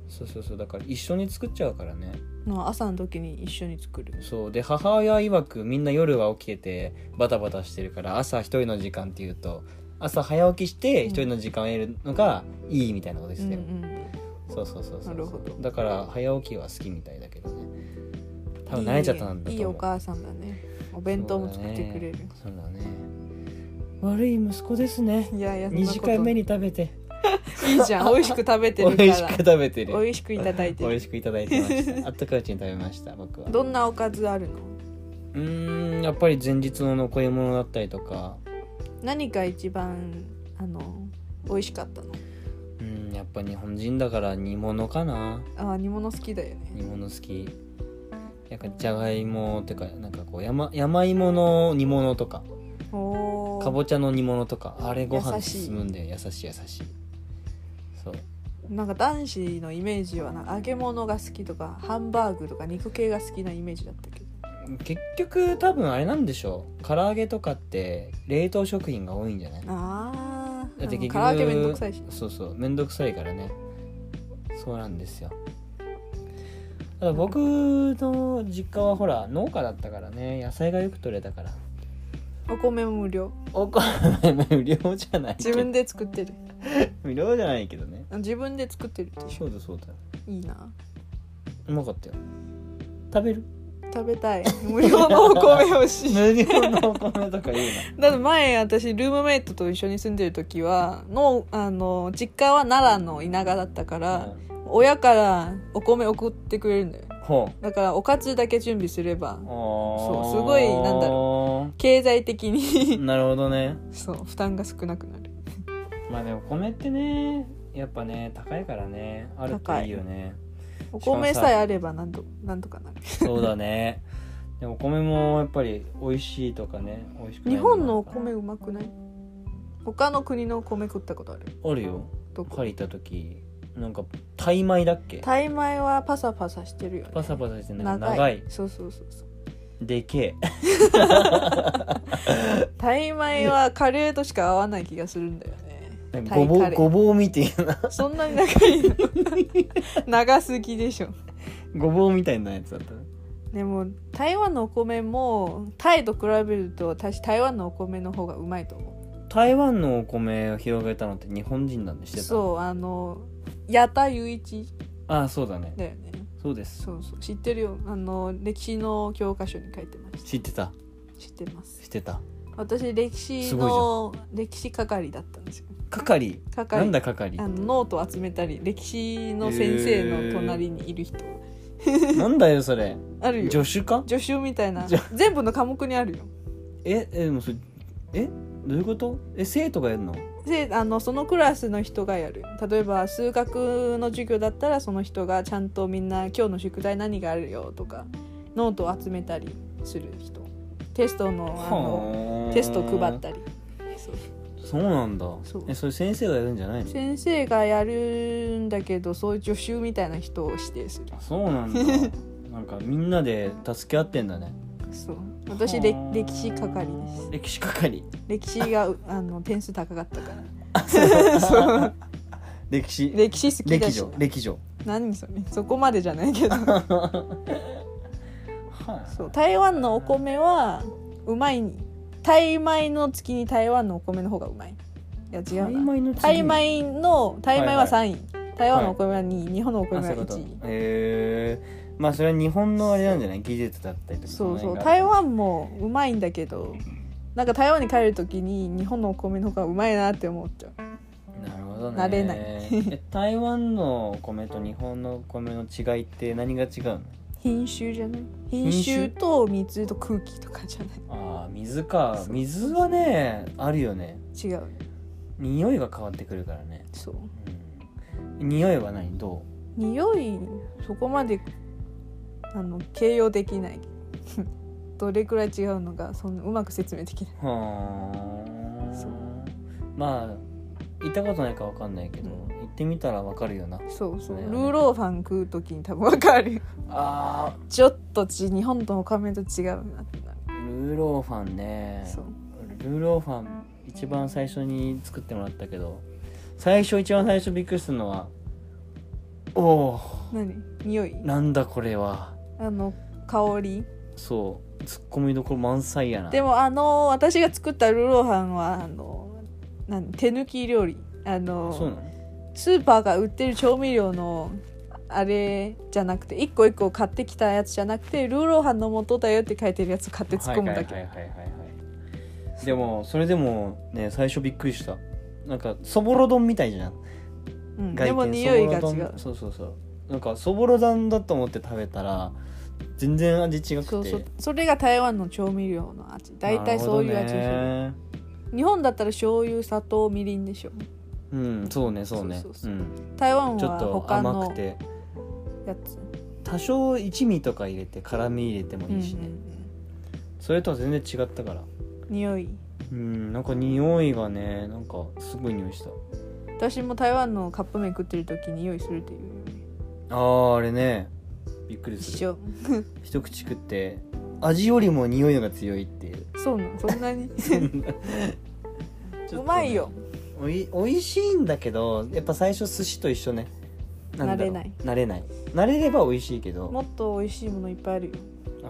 Speaker 2: そうそうそうだから一緒に作っちゃうからね
Speaker 1: くての朝の時に一緒に作る
Speaker 2: そうで母親曰くみんな夜は起きててバタバタしてるから朝一人の時間っていうと朝早起きして一人の時間を得るのがいいみたいなことです
Speaker 1: うんう
Speaker 2: ね、
Speaker 1: ん
Speaker 2: そうそうそうそう
Speaker 1: なるほど
Speaker 2: だから早起きは好きみたいだけどね多分慣れちゃったんだと思う
Speaker 1: いいいいお母さんだねお弁当も作ってくれる、
Speaker 2: そうだね悪い息子ですね
Speaker 1: いやいやそん
Speaker 2: 2
Speaker 1: な
Speaker 2: 時
Speaker 1: こ
Speaker 2: 間
Speaker 1: と
Speaker 2: 目に食べて
Speaker 1: いいじゃ ん美味しく食べてるか
Speaker 2: 美味しく
Speaker 1: ら
Speaker 2: 食べて
Speaker 1: 美
Speaker 2: る
Speaker 1: 味しくいただいて
Speaker 2: 美
Speaker 1: る
Speaker 2: 味しくいただいて ましたあったかいうちに食べました僕は
Speaker 1: どんなおかずあるの
Speaker 2: うーんやっぱり前日の残り物だったりとか
Speaker 1: 何が一番あの美味しかったの
Speaker 2: うんやっぱ日本人だから煮物かな
Speaker 1: あ煮物好きだよね
Speaker 2: 煮物好きなんかじゃがいもってかなんかこう山山芋の煮物とか
Speaker 1: お
Speaker 2: か
Speaker 1: ー
Speaker 2: ぼちゃの煮物とかあれご飯
Speaker 1: 優しい
Speaker 2: 進むんで優しい優しいそう
Speaker 1: なんか男子のイメージはな揚げ物が好きとかハンバーグとか肉系が好きなイメージだったけど
Speaker 2: 結局多分あれなんでしょう唐揚げとかって冷凍食品が多いんじゃない
Speaker 1: あ
Speaker 2: だって
Speaker 1: ー
Speaker 2: 結
Speaker 1: 唐
Speaker 2: 局
Speaker 1: 揚げめんどくさいし
Speaker 2: そうそうめんどくさいからねそうなんですよただ僕の実家はほら農家だったからね野菜がよく取れたから
Speaker 1: お米も無料
Speaker 2: お 米も無料じゃないけ
Speaker 1: 自
Speaker 2: ど
Speaker 1: 分で作ってる
Speaker 2: 無料じゃないけどね
Speaker 1: 自分で作ってるでし
Speaker 2: そうだそうだ
Speaker 1: ょいいな
Speaker 2: うまかったよ食 べる
Speaker 1: 食べたい無料のお米欲しい
Speaker 2: 無料のお米とかいい
Speaker 1: だって前私ルームメイトと一緒に住んでる時はのあの実家は奈良の田舎だったか
Speaker 2: な
Speaker 1: ら、親からお米送ってくれるんだよ
Speaker 2: ほう
Speaker 1: だからおかずだけ準備すれば
Speaker 2: そ
Speaker 1: す
Speaker 2: う
Speaker 1: ごいなんだ
Speaker 2: ろ
Speaker 1: 経済的に
Speaker 2: なるほどね
Speaker 1: そう負担が少なくなる
Speaker 2: まあでも米ってねやっぱね高いからねあるといいよね
Speaker 1: お米さえあればなんとなんとかなる
Speaker 2: そうだね でもお米もやっぱり美味しいとかね美味しくない
Speaker 1: 日本のお米うまくない他の国のお米食ったことある
Speaker 2: あるよ
Speaker 1: どこ
Speaker 2: 借りた時なんかタイ米だっけ
Speaker 1: タイ米はパサパサしてるよね
Speaker 2: パサパサしてなんか
Speaker 1: 長い
Speaker 2: 長い
Speaker 1: そうそうそうそう
Speaker 2: でけえ
Speaker 1: タイ米はカレーとしか合わない気がするんだよね
Speaker 2: なんか
Speaker 1: タ
Speaker 2: ご
Speaker 1: イ
Speaker 2: ぼ
Speaker 1: カ
Speaker 2: う
Speaker 1: レー
Speaker 2: ごぼうみたいな
Speaker 1: そんなに仲いいの長すぎでしょ
Speaker 2: ごぼうみたいなやつだった
Speaker 1: でも台湾のお米もタイと比べると私台湾のお米の方がうまいと思
Speaker 2: 台湾のお米を広げたのって日本人なんでし
Speaker 1: う
Speaker 2: てた
Speaker 1: そうあの矢田雄一
Speaker 2: ああそうだね
Speaker 1: だよね
Speaker 2: そうです
Speaker 1: そうそう知ってるよあの歴史の教科書に書いてまし
Speaker 2: 知ってた
Speaker 1: た知ってます
Speaker 2: 知ってた
Speaker 1: 私歴史
Speaker 2: すご
Speaker 1: の歴史係だったんですよ
Speaker 2: 係
Speaker 1: 係
Speaker 2: なんだ係
Speaker 1: あのノートを集めたり歴史の先生の隣にいる人、
Speaker 2: なんだよそれ
Speaker 1: あるよ
Speaker 2: 助手か
Speaker 1: 助手みたいな
Speaker 2: 助
Speaker 1: 全部の科目にあるよ
Speaker 2: ええでもそれえどういうことえ生徒がやるの
Speaker 1: であのそのクラスの人がやる例えば数学の授業だったらその人がちゃんとみんな今日の宿題何があるよとかノートを集めたりする人テストのあの
Speaker 2: はあ
Speaker 1: テストを配ったりそう
Speaker 2: そうなんだ
Speaker 1: そう
Speaker 2: えそれ先生がやるんじゃないの
Speaker 1: 先生がやるんだけどそういう助手みたいな人を指定する
Speaker 2: あそうなん だなんかみんなで助け合ってんだね
Speaker 1: そう私
Speaker 2: は
Speaker 1: れ
Speaker 2: あ
Speaker 1: 歴史係です
Speaker 2: 歴史係
Speaker 1: 歴史がうあの点数高かったから
Speaker 2: そう歴史
Speaker 1: 歴史好きだ
Speaker 2: 歴
Speaker 1: し
Speaker 2: 女歴女
Speaker 1: 何それそこまでじゃないけど
Speaker 2: はは
Speaker 1: そう台湾のお米はうまいタイ米の月に台湾のお米の方がうまいいや違うな
Speaker 2: の
Speaker 1: タイ米のタイ米は
Speaker 2: は
Speaker 1: 3位、台湾のお米は2位、日本のお米
Speaker 2: あ
Speaker 1: は
Speaker 2: そういう
Speaker 1: 1
Speaker 2: こ
Speaker 1: 位
Speaker 2: とえー、まあそれは日本のあれなんじゃない技術だったりとか
Speaker 1: そうそう
Speaker 2: 台
Speaker 1: 台湾もうまいんだけどなんか台湾に帰る時に日本のお米の方がうまいなって思っちゃう
Speaker 2: なるほどね
Speaker 1: 慣れない
Speaker 2: え台湾のお米と日本のお米の違いって何が違うの
Speaker 1: 品種じゃない
Speaker 2: 品種
Speaker 1: 品種と水と空気とかじゃない
Speaker 2: ああ水か
Speaker 1: そう
Speaker 2: 水はねあるよね
Speaker 1: 違う
Speaker 2: 匂いが変わってくるからね、
Speaker 1: そう
Speaker 2: うん、匂いは何ど
Speaker 1: 匂いそこまであの形容できない どれくらい違うのかそのうまく説明できないう
Speaker 2: はあ
Speaker 1: そう
Speaker 2: まあ行ったことないかわかんないけど、
Speaker 1: うん
Speaker 2: 行ってみたらわかるよな
Speaker 1: そうそう、
Speaker 2: ね
Speaker 1: ルーローファン食う時に多分わかるよ
Speaker 2: あ
Speaker 1: ちょっとち日本とお米と違うなってなる
Speaker 2: ールーローファンね
Speaker 1: そう
Speaker 2: ルーローファン一番最初に作ってもらったけど最初一番最初びっくりするのはおお
Speaker 1: 何匂い
Speaker 2: なんだこれは
Speaker 1: あの香り
Speaker 2: そうツッコミどころ満載やな
Speaker 1: でもあの私が作ったルーローファンはあの何手抜き料理あ
Speaker 2: そう
Speaker 1: の
Speaker 2: なの
Speaker 1: スーパーが売ってる調味料のあれじゃなくて一個一個買ってきたやつじゃなくてルーローファンの素だよって書いてるやつ買って突っ込むだ
Speaker 2: はい
Speaker 1: け
Speaker 2: はいはいはいはいはいでもそれでもね最初びっくりしたなんかそぼろ丼みたいじゃん
Speaker 1: うんでも
Speaker 2: 外見
Speaker 1: 匂いが違
Speaker 2: そぼろ
Speaker 1: う
Speaker 2: 丼そうそうそうなんかそぼろ丼だと思って食べたら全然味違くて
Speaker 1: そうそうそれが台湾の調味料の味大体そういう味する
Speaker 2: なる
Speaker 1: 日本だったら醤油砂糖みりんでしょ
Speaker 2: ほどねうんそうねそうね
Speaker 1: そうそうそう
Speaker 2: うん
Speaker 1: 台湾
Speaker 2: ちょっ
Speaker 1: は
Speaker 2: と
Speaker 1: 他
Speaker 2: 甘
Speaker 1: の
Speaker 2: くて
Speaker 1: やつ
Speaker 2: 多少一味とか入れて辛味入れてもいいしね、
Speaker 1: うんうん
Speaker 2: それとは全然違ったから
Speaker 1: うん匂い
Speaker 2: うんなんか匂いがねなんかすごい匂いした
Speaker 1: 私も台湾のカップ麺食ってる時に匂いするっていうよね
Speaker 2: あーあれねびっくりす
Speaker 1: 一
Speaker 2: る
Speaker 1: 緒
Speaker 2: 一口食って味よりも匂いのが強いっていう
Speaker 1: そうなのそんな に
Speaker 2: ちょっとね
Speaker 1: うまいよ
Speaker 2: おいおいしいんだけどやっぱ最初寿司と一緒ねんだろう
Speaker 1: 慣れない
Speaker 2: 慣れない慣れれば美味しいけど
Speaker 1: もっと美味しいものいっぱいあるよ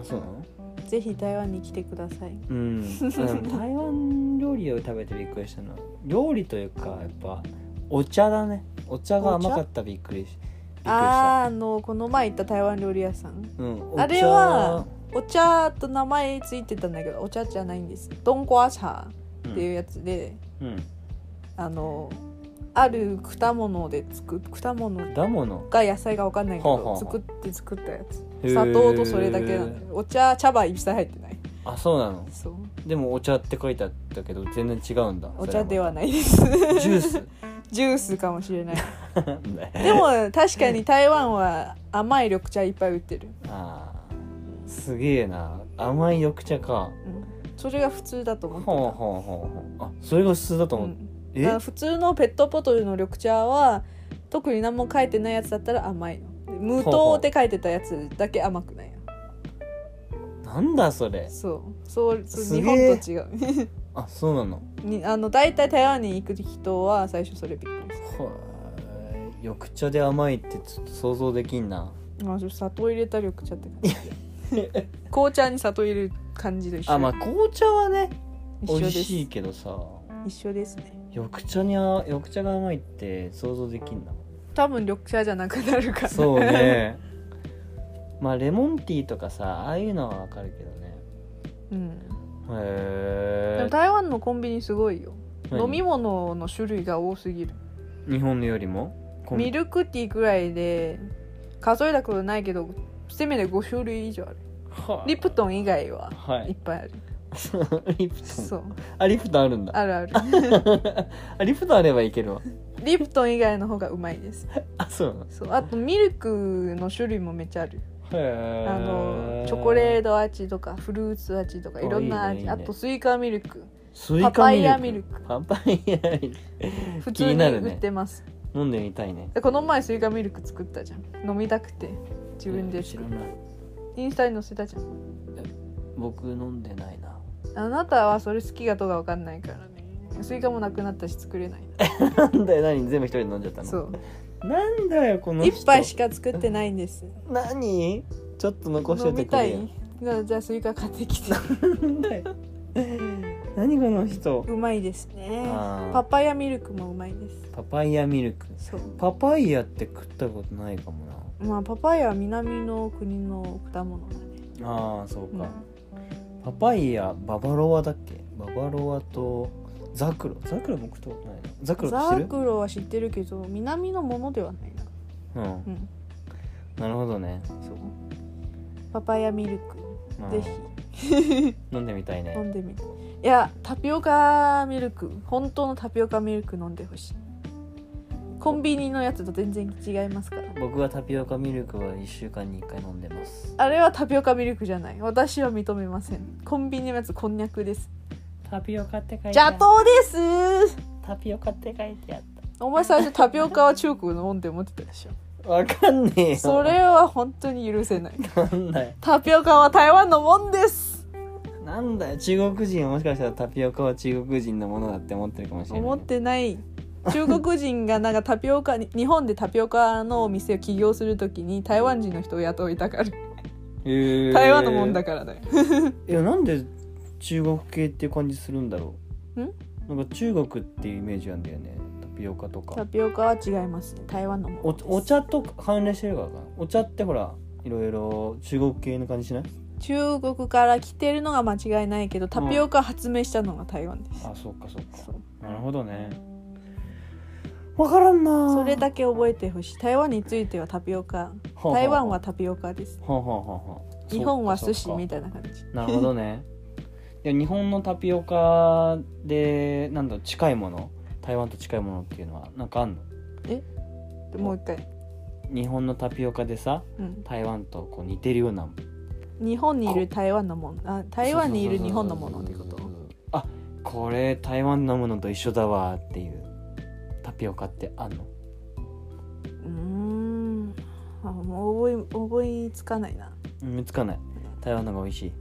Speaker 2: あそうなの
Speaker 1: ぜひ台湾に来てください
Speaker 2: うんうん台湾料理を食べてびっくりしたのは料理というかやっぱお茶だねお茶が甘かったびっくりしびっくりした
Speaker 1: あーあのこの前行った台湾料理屋さん
Speaker 2: うん、お茶
Speaker 1: あれはお茶と名前ついてたんだけどお茶じゃないんですドンコア茶っていうやつで、
Speaker 2: うん、
Speaker 1: あのある果物で作っ果物
Speaker 2: 果物
Speaker 1: が野菜が分かんないけ
Speaker 2: はあは
Speaker 1: ど
Speaker 2: あ
Speaker 1: 作って作ったや
Speaker 2: へー
Speaker 1: つ砂糖とそれだけなのお茶茶葉一切入ってない
Speaker 2: あそうなの
Speaker 1: そう
Speaker 2: でもお茶って書いてあったけど全然違うんだ
Speaker 1: お茶ではな
Speaker 2: な
Speaker 1: いです
Speaker 2: ジュース
Speaker 1: ジュースかもしれない
Speaker 2: で
Speaker 1: でも確 かに台湾は甘い緑茶いっぱい売ってる、
Speaker 2: あーすげえな甘い緑茶か
Speaker 1: うん、それが普通だと思
Speaker 2: ほ
Speaker 1: っ
Speaker 2: う
Speaker 1: てた
Speaker 2: ほうほうほうあそれが普通だと思
Speaker 1: う
Speaker 2: う、
Speaker 1: ん
Speaker 2: え
Speaker 1: だから普通のペットボトルの緑茶は特に何も書いてないやつだったら甘いの無糖って書いてたやつだけ甘くないの
Speaker 2: なんだそれ
Speaker 1: そうそう
Speaker 2: す
Speaker 1: そう
Speaker 2: げ
Speaker 1: 日
Speaker 2: え
Speaker 1: 本と違う
Speaker 2: あそうなの
Speaker 1: にあの大体台湾に行く人は最初それびっくりす
Speaker 2: はい緑茶で甘いってちょっと想像できんな
Speaker 1: るあそう砂糖入れた緑茶って感じ紅茶に砂糖入れる感じと一緒
Speaker 2: あまあ紅茶はね
Speaker 1: 一緒
Speaker 2: 美
Speaker 1: で
Speaker 2: 味
Speaker 1: す
Speaker 2: しいけどさ
Speaker 1: 一緒ですね
Speaker 2: 緑茶にあ緑茶が甘いって想像できんな
Speaker 1: 多分緑茶じゃなくなるから
Speaker 2: そうね まあレモンティーとかさああいうのはわかるけどね
Speaker 1: うんで
Speaker 2: へ
Speaker 1: も台湾のコンビニすごいよ
Speaker 2: え
Speaker 1: 飲み物の種類が多すぎる
Speaker 2: 日本のよりもコン
Speaker 1: ミルクティーくらいで数えたことないけどせめて5種類以上ある
Speaker 2: はあ
Speaker 1: リプトン以外は
Speaker 2: はい
Speaker 1: っ
Speaker 2: い
Speaker 1: ぱいある、
Speaker 2: リプトン
Speaker 1: そう
Speaker 2: あリプトンあるんだ
Speaker 1: あるある
Speaker 2: あリプトンあればいけるわ
Speaker 1: リプトン以外の方がうまいです
Speaker 2: あそうなの
Speaker 1: そうあとミルクの種類もめっちゃあるあ
Speaker 2: へ
Speaker 1: のチョコレー
Speaker 2: ート
Speaker 1: ト味とかフルーツ味とかいろんな味
Speaker 2: あいいねいいね
Speaker 1: あとスイカミルク
Speaker 2: スイ
Speaker 1: パ
Speaker 2: カ
Speaker 1: パ
Speaker 2: ミ
Speaker 1: イヤ
Speaker 2: ル
Speaker 1: ミ
Speaker 2: ク
Speaker 1: ルク
Speaker 2: パパイヤミルク
Speaker 1: 普
Speaker 2: 気
Speaker 1: 通
Speaker 2: に
Speaker 1: に
Speaker 2: なる
Speaker 1: 売
Speaker 2: ね
Speaker 1: ってます、
Speaker 2: 飲んでみたいね
Speaker 1: でこの前スイカミルク作ったじゃん飲みたくて自分で
Speaker 2: 知
Speaker 1: 作
Speaker 2: ら
Speaker 1: る
Speaker 2: ない
Speaker 1: インスタに載せたじゃん
Speaker 2: 僕飲んでない な
Speaker 1: あなたはそれ好きかどうかわかんないからねスイカもなくなったし作れない
Speaker 2: なんだよ何全部一人で飲んじゃったの
Speaker 1: そう
Speaker 2: なんだよこの人
Speaker 1: 一杯しか作ってないんです
Speaker 2: 何ちょっと残しと
Speaker 1: 飲
Speaker 2: いて
Speaker 1: み
Speaker 2: く
Speaker 1: た
Speaker 2: れ
Speaker 1: い
Speaker 2: よ
Speaker 1: じゃあじゃあスイカ買って きて
Speaker 2: なんだよ何この人
Speaker 1: うまいですね
Speaker 2: あー
Speaker 1: パパイヤミルクもうまいです
Speaker 2: パパイヤミルク
Speaker 1: そう
Speaker 2: パパイヤって食ったことないかもな
Speaker 1: まあパパイヤは南の国の果物だね、
Speaker 2: ああそう
Speaker 1: うん
Speaker 2: か、パパイヤババロアだっけババロアとザクロザクロも食ったことないなザクロって知って
Speaker 1: ザ
Speaker 2: る
Speaker 1: クロは知ってるけど南のものではないな
Speaker 2: う
Speaker 1: う
Speaker 2: ん
Speaker 1: ん
Speaker 2: なるほどね、
Speaker 1: そうパパイヤミルク
Speaker 2: まあ
Speaker 1: ぜひ
Speaker 2: 飲んでみたいね
Speaker 1: 飲んでみていやタピオカミルク本当のタピオカミルク飲んでほしいコンビニのやつと全然違いますから
Speaker 2: 僕はタピオカミルクは1週間に1回飲んでます
Speaker 1: あれはタピオカミルクじゃない私は認めませんコンビニのやつこんにゃくです
Speaker 2: タピオカって書い
Speaker 1: 邪道です
Speaker 2: タピオカって書いてあっ
Speaker 1: お前最初タピオカは中国飲んで持ってたでしょ
Speaker 2: たわかんねえよ
Speaker 1: それは本当に許せない
Speaker 2: なんだよ
Speaker 1: タピオカは台湾のもんです
Speaker 2: なんだよ中国人はもしかしたらタピオカは中国人のものだって思ってるかもしれない
Speaker 1: 思ってない中国人がなんかタピオカに日本でタピオカのお店を起業するときに台湾人の人を雇いたから
Speaker 2: へー
Speaker 1: 台湾のもんだからだよ
Speaker 2: いやなんで中国系っていう感じするんだろうんなんか中国っていうイメージなんだよねタピオカと
Speaker 1: タ
Speaker 2: か
Speaker 1: ピオカは違いますね台湾のも
Speaker 2: おお茶と関連してるからかなお茶ってほらいろいろ中国系の感じしない
Speaker 1: 中国から来てるのが間違いないけどタピオカ発明したのが台湾です、
Speaker 2: あそうかそうか
Speaker 1: そう
Speaker 2: なるほどねわからんな
Speaker 1: それだけ覚えてほしい台湾についてはタピオカ
Speaker 2: ほうほうほう
Speaker 1: 台湾はタピオカです
Speaker 2: はあはあはあはあ
Speaker 1: 日本は寿司
Speaker 2: そっかそっ
Speaker 1: み
Speaker 2: か
Speaker 1: たいな感じ
Speaker 2: なるほど ねいや日本のタピオカでなんだろう近いもの台湾と近いものっていうのはなんかあんの
Speaker 1: もう一回、
Speaker 2: 日本のタピオカでさ
Speaker 1: うん、
Speaker 2: 台湾とこう似てるような
Speaker 1: 日本にいる台湾のものあ台湾にいる日本のものってこと
Speaker 2: あこれ台湾のものと一緒だわっていうタピオカってあんの
Speaker 1: うーんあもう覚え覚えつかないな
Speaker 2: 見つかない台湾のが美味しい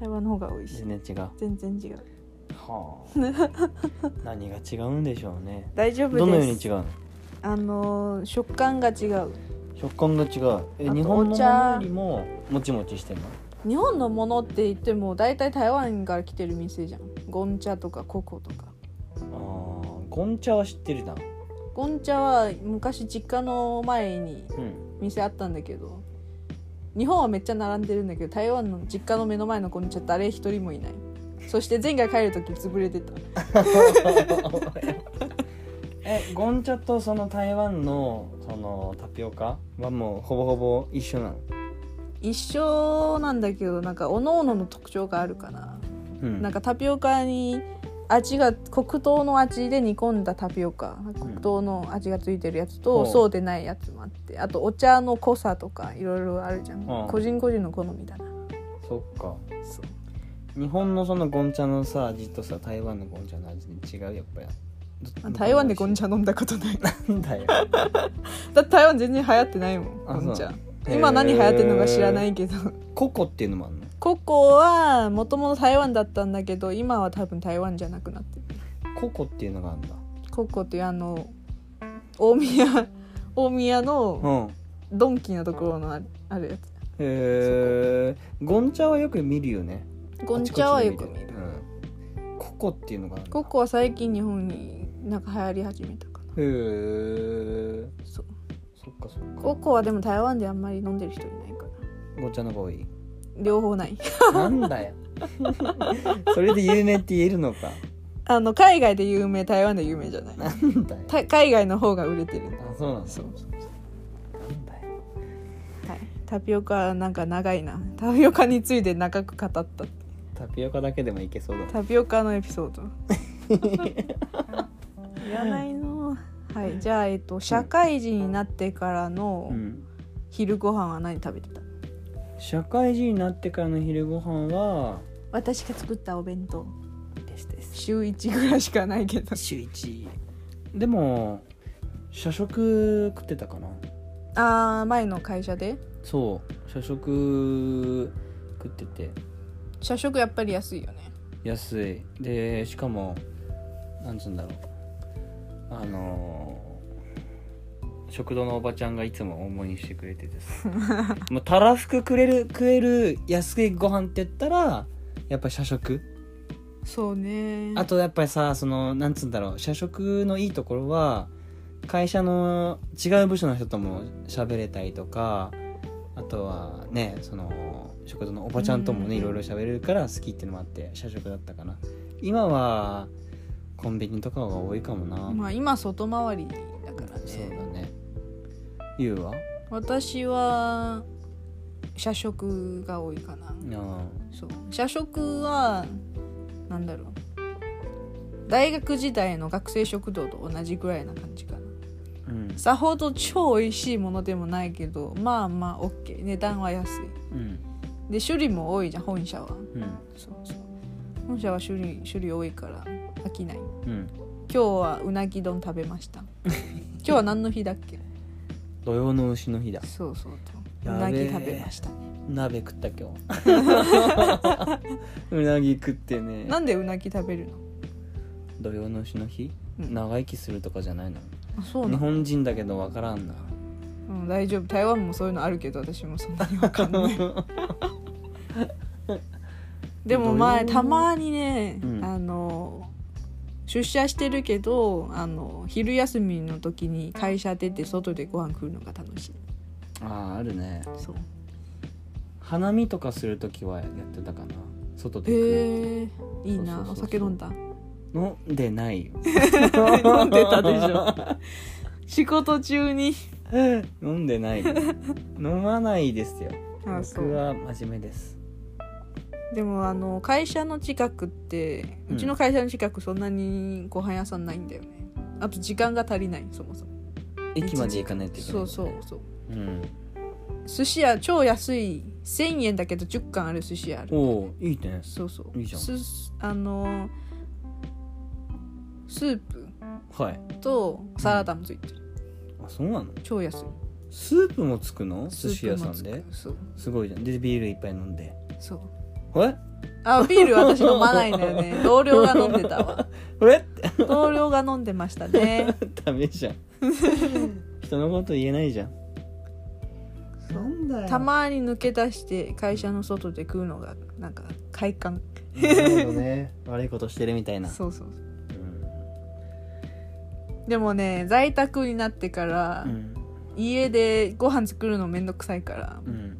Speaker 1: 台湾の方が美味しい
Speaker 2: 全然違う
Speaker 1: 全然違う
Speaker 2: はあ 何が違うんでしょうね
Speaker 1: 大丈夫です
Speaker 2: どのように違うの
Speaker 1: あのー食感が違う
Speaker 2: 食感が違うえ
Speaker 1: あと
Speaker 2: 日本のも
Speaker 1: お
Speaker 2: の
Speaker 1: 茶
Speaker 2: よりももちもちしてるの
Speaker 1: 日本のものって言っても大体台湾から来てる店じゃんゴンチャとかココとか
Speaker 2: あーゴンチャは知ってるな
Speaker 1: ゴンチャは昔実家の前に
Speaker 2: うん
Speaker 1: 店あったんだけど日本はめっちゃ並んでるんだけど台湾の実家の目の前のゴンチャ誰一人もいないそして前回帰る時潰れてた
Speaker 2: えゴンチャとその台湾のそのタピオカはもうほぼほぼ一緒なの
Speaker 1: 一緒なんだけどなんかおののの特徴があるかな、
Speaker 2: うん
Speaker 1: なんかタピオカに味が黒糖の味で煮込んだタピオカ黒糖の味がついてるやつと、
Speaker 2: ほう
Speaker 1: そうでないやつもあってあとお茶の濃さとかいろいろあるじゃん、
Speaker 2: うん
Speaker 1: 個人個人の好みだな
Speaker 2: そっか
Speaker 1: そう
Speaker 2: 日本のそのゴンチャのさ味とさ台湾のゴンチャの味で違うやっぱり
Speaker 1: あ台湾でゴンチャ飲んだことない だ
Speaker 2: ャなんだよ
Speaker 1: って台湾全然流行ってないもん
Speaker 2: あ
Speaker 1: ゴンチャ
Speaker 2: そう
Speaker 1: 今何流行ってるのか知らな
Speaker 2: へ
Speaker 1: いけど
Speaker 2: ココっていうのもあんの
Speaker 1: ココはもともと台湾だったんだけど今は多分台湾じゃなくなってる
Speaker 2: ココっていうのがあんだ
Speaker 1: ココっていうあの大宮 大宮
Speaker 2: う
Speaker 1: の
Speaker 2: ん
Speaker 1: ドンキのところのあるあるや
Speaker 2: へえゴンチャはよく見るよね
Speaker 1: つゴンチャはよく見
Speaker 2: あちこ
Speaker 1: る
Speaker 2: ちでうん、ココっていうのがあるんだ
Speaker 1: ココは最近日本になんか流行り始めたかな
Speaker 2: へえ
Speaker 1: そう
Speaker 2: そっかそっか
Speaker 1: ココはでも台湾であんまり飲んでる人いないから
Speaker 2: ゴンチャの方が多い
Speaker 1: 両方ない
Speaker 2: なんだよ それで有名って言えるのか
Speaker 1: あの海外で有名台湾で有名じゃない
Speaker 2: なんだよ
Speaker 1: た海外の方が売れてる
Speaker 2: あそうなんだ
Speaker 1: そう
Speaker 2: なんだよ
Speaker 1: はい、タピオカなんか長いなタピオカについて長く語った
Speaker 2: タピオカだけでもいけそうだ
Speaker 1: タピオカのエピソード いらないのはいじゃあ、えっと、社会人になってからの
Speaker 2: うん
Speaker 1: 昼ご飯は何食べてた、
Speaker 2: 社会人になってからの昼ご飯は
Speaker 1: 私が作ったお弁当
Speaker 2: ですです
Speaker 1: 週1ぐらいしかないけど
Speaker 2: 週1でも社食食ってたかな
Speaker 1: ああ前の会社で
Speaker 2: そう社食食ってて
Speaker 1: 社食やっぱり安いよね
Speaker 2: 安いでしかもなんつうんだろうあのー食堂のおばちゃんがいつも大盛りにしてくれててさ もうたらふくくれる食える安いご飯って言ったらやっぱ社食
Speaker 1: そうね
Speaker 2: あとやっぱりさそのなんつうんだろう社食のいいところは会社の違う部署の人とも喋れたりとかあとはねその食堂のおばちゃんともね
Speaker 1: うん
Speaker 2: いろいろ喋れるから好きっていうのもあって社食だったかな今はコンビニとかが多いかもな、
Speaker 1: まあ今外回りだから
Speaker 2: そうだ
Speaker 1: ね
Speaker 2: ねゆうは
Speaker 1: 私は社食が多いかな
Speaker 2: あ
Speaker 1: そう社食はなんだろう大学時代の学生食堂と同じぐらいな感じかな
Speaker 2: あうん
Speaker 1: さほど超美味しいものでもないけどまあまあ OK 値段は安い
Speaker 2: うん
Speaker 1: で種類も多いじゃん本社は
Speaker 2: うん
Speaker 1: そうそう本社は種類種類多いから飽きない今
Speaker 2: うん
Speaker 1: 日はうなぎ丼食べま した今日は何の日だっけ
Speaker 2: 土曜の牛の日だ
Speaker 1: そうそうとう
Speaker 2: やべ
Speaker 1: な
Speaker 2: え
Speaker 1: ぎ食べましたね
Speaker 2: 鍋食った今 日 うなぎ食ってね
Speaker 1: なんでうなぎ食べるの
Speaker 2: 土曜の牛の日、
Speaker 1: うん
Speaker 2: 長生きするとかじゃないの
Speaker 1: あそうな
Speaker 2: 日
Speaker 1: の
Speaker 2: 本人だけどわからんな
Speaker 1: うん、大丈夫台湾もそういうのあるけど私もそんなにわかんないでも前
Speaker 2: どういう
Speaker 1: たまにね、
Speaker 2: うん
Speaker 1: あの出社してるけどあの昼休みの時に会社出て外でご飯食うのが楽しい
Speaker 2: あー あるね
Speaker 1: そう
Speaker 2: 花見とかするときはやってたかな外で食う
Speaker 1: へえいいな
Speaker 2: そうそうそうそう
Speaker 1: お酒飲ん だ
Speaker 2: 飲んでな いよ
Speaker 1: 飲んでたでしょ 仕事中に
Speaker 2: 飲んでないよ飲まないですよ
Speaker 1: あ
Speaker 2: 僕は真面目です
Speaker 1: でもあの会社の近くって
Speaker 2: うん
Speaker 1: うちの会社の近くそんなにご飯屋さんないんだよね、あと時間が足りないそもそも
Speaker 2: 駅まで行かないといけない
Speaker 1: そうそうそう
Speaker 2: うん
Speaker 1: 寿司屋超安い1000円だけど10貫ある寿司屋ある
Speaker 2: おおいいね
Speaker 1: そうそう
Speaker 2: いいじゃん
Speaker 1: すあのースープ
Speaker 2: はい
Speaker 1: とサラダもついてる、
Speaker 2: あそうなの
Speaker 1: 超安い
Speaker 2: スープもつくの寿司屋さん
Speaker 1: スープ
Speaker 2: で
Speaker 1: もつくそう
Speaker 2: すごいじゃんでビールいっぱい飲んで
Speaker 1: そう
Speaker 2: え
Speaker 1: あビール私飲まないんだよ ね同僚が飲んでたわ
Speaker 2: え
Speaker 1: 同僚が飲んでましたね
Speaker 2: ダメ じゃん人のこと言えないじゃん
Speaker 1: そう
Speaker 2: なんだよ
Speaker 1: たまに抜け出して会社の外で食うのがなんか快感
Speaker 2: なるほどね悪いことしてるみたいな
Speaker 1: そうそうそう
Speaker 2: うん
Speaker 1: でもね在宅になってから、
Speaker 2: うん
Speaker 1: 家でご飯作るのめんどくさいから
Speaker 2: うん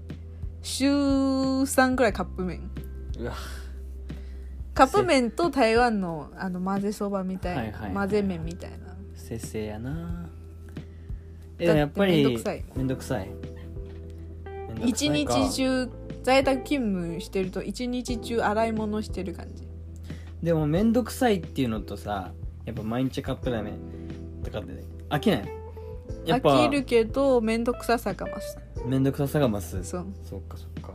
Speaker 1: 週3ぐらいカップ麺
Speaker 2: うわ
Speaker 1: カップ麺と台湾のあの混ぜそばみたいな、
Speaker 2: はいはいはい
Speaker 1: 混ぜ麺みたいな
Speaker 2: せっせやなえ
Speaker 1: だって
Speaker 2: でもやっぱり
Speaker 1: めんどくさい
Speaker 2: めんどくさいめんどくさい
Speaker 1: 一
Speaker 2: か
Speaker 1: 日中在宅勤務してると一日中洗い物してる感じ
Speaker 2: でもめんどくさいっていうのとさやっぱ毎日カップラーメンとかって飽きないやっぱ
Speaker 1: 飽きるけどめんどくささが増す
Speaker 2: めんどくささが増す
Speaker 1: そう
Speaker 2: そっかそっか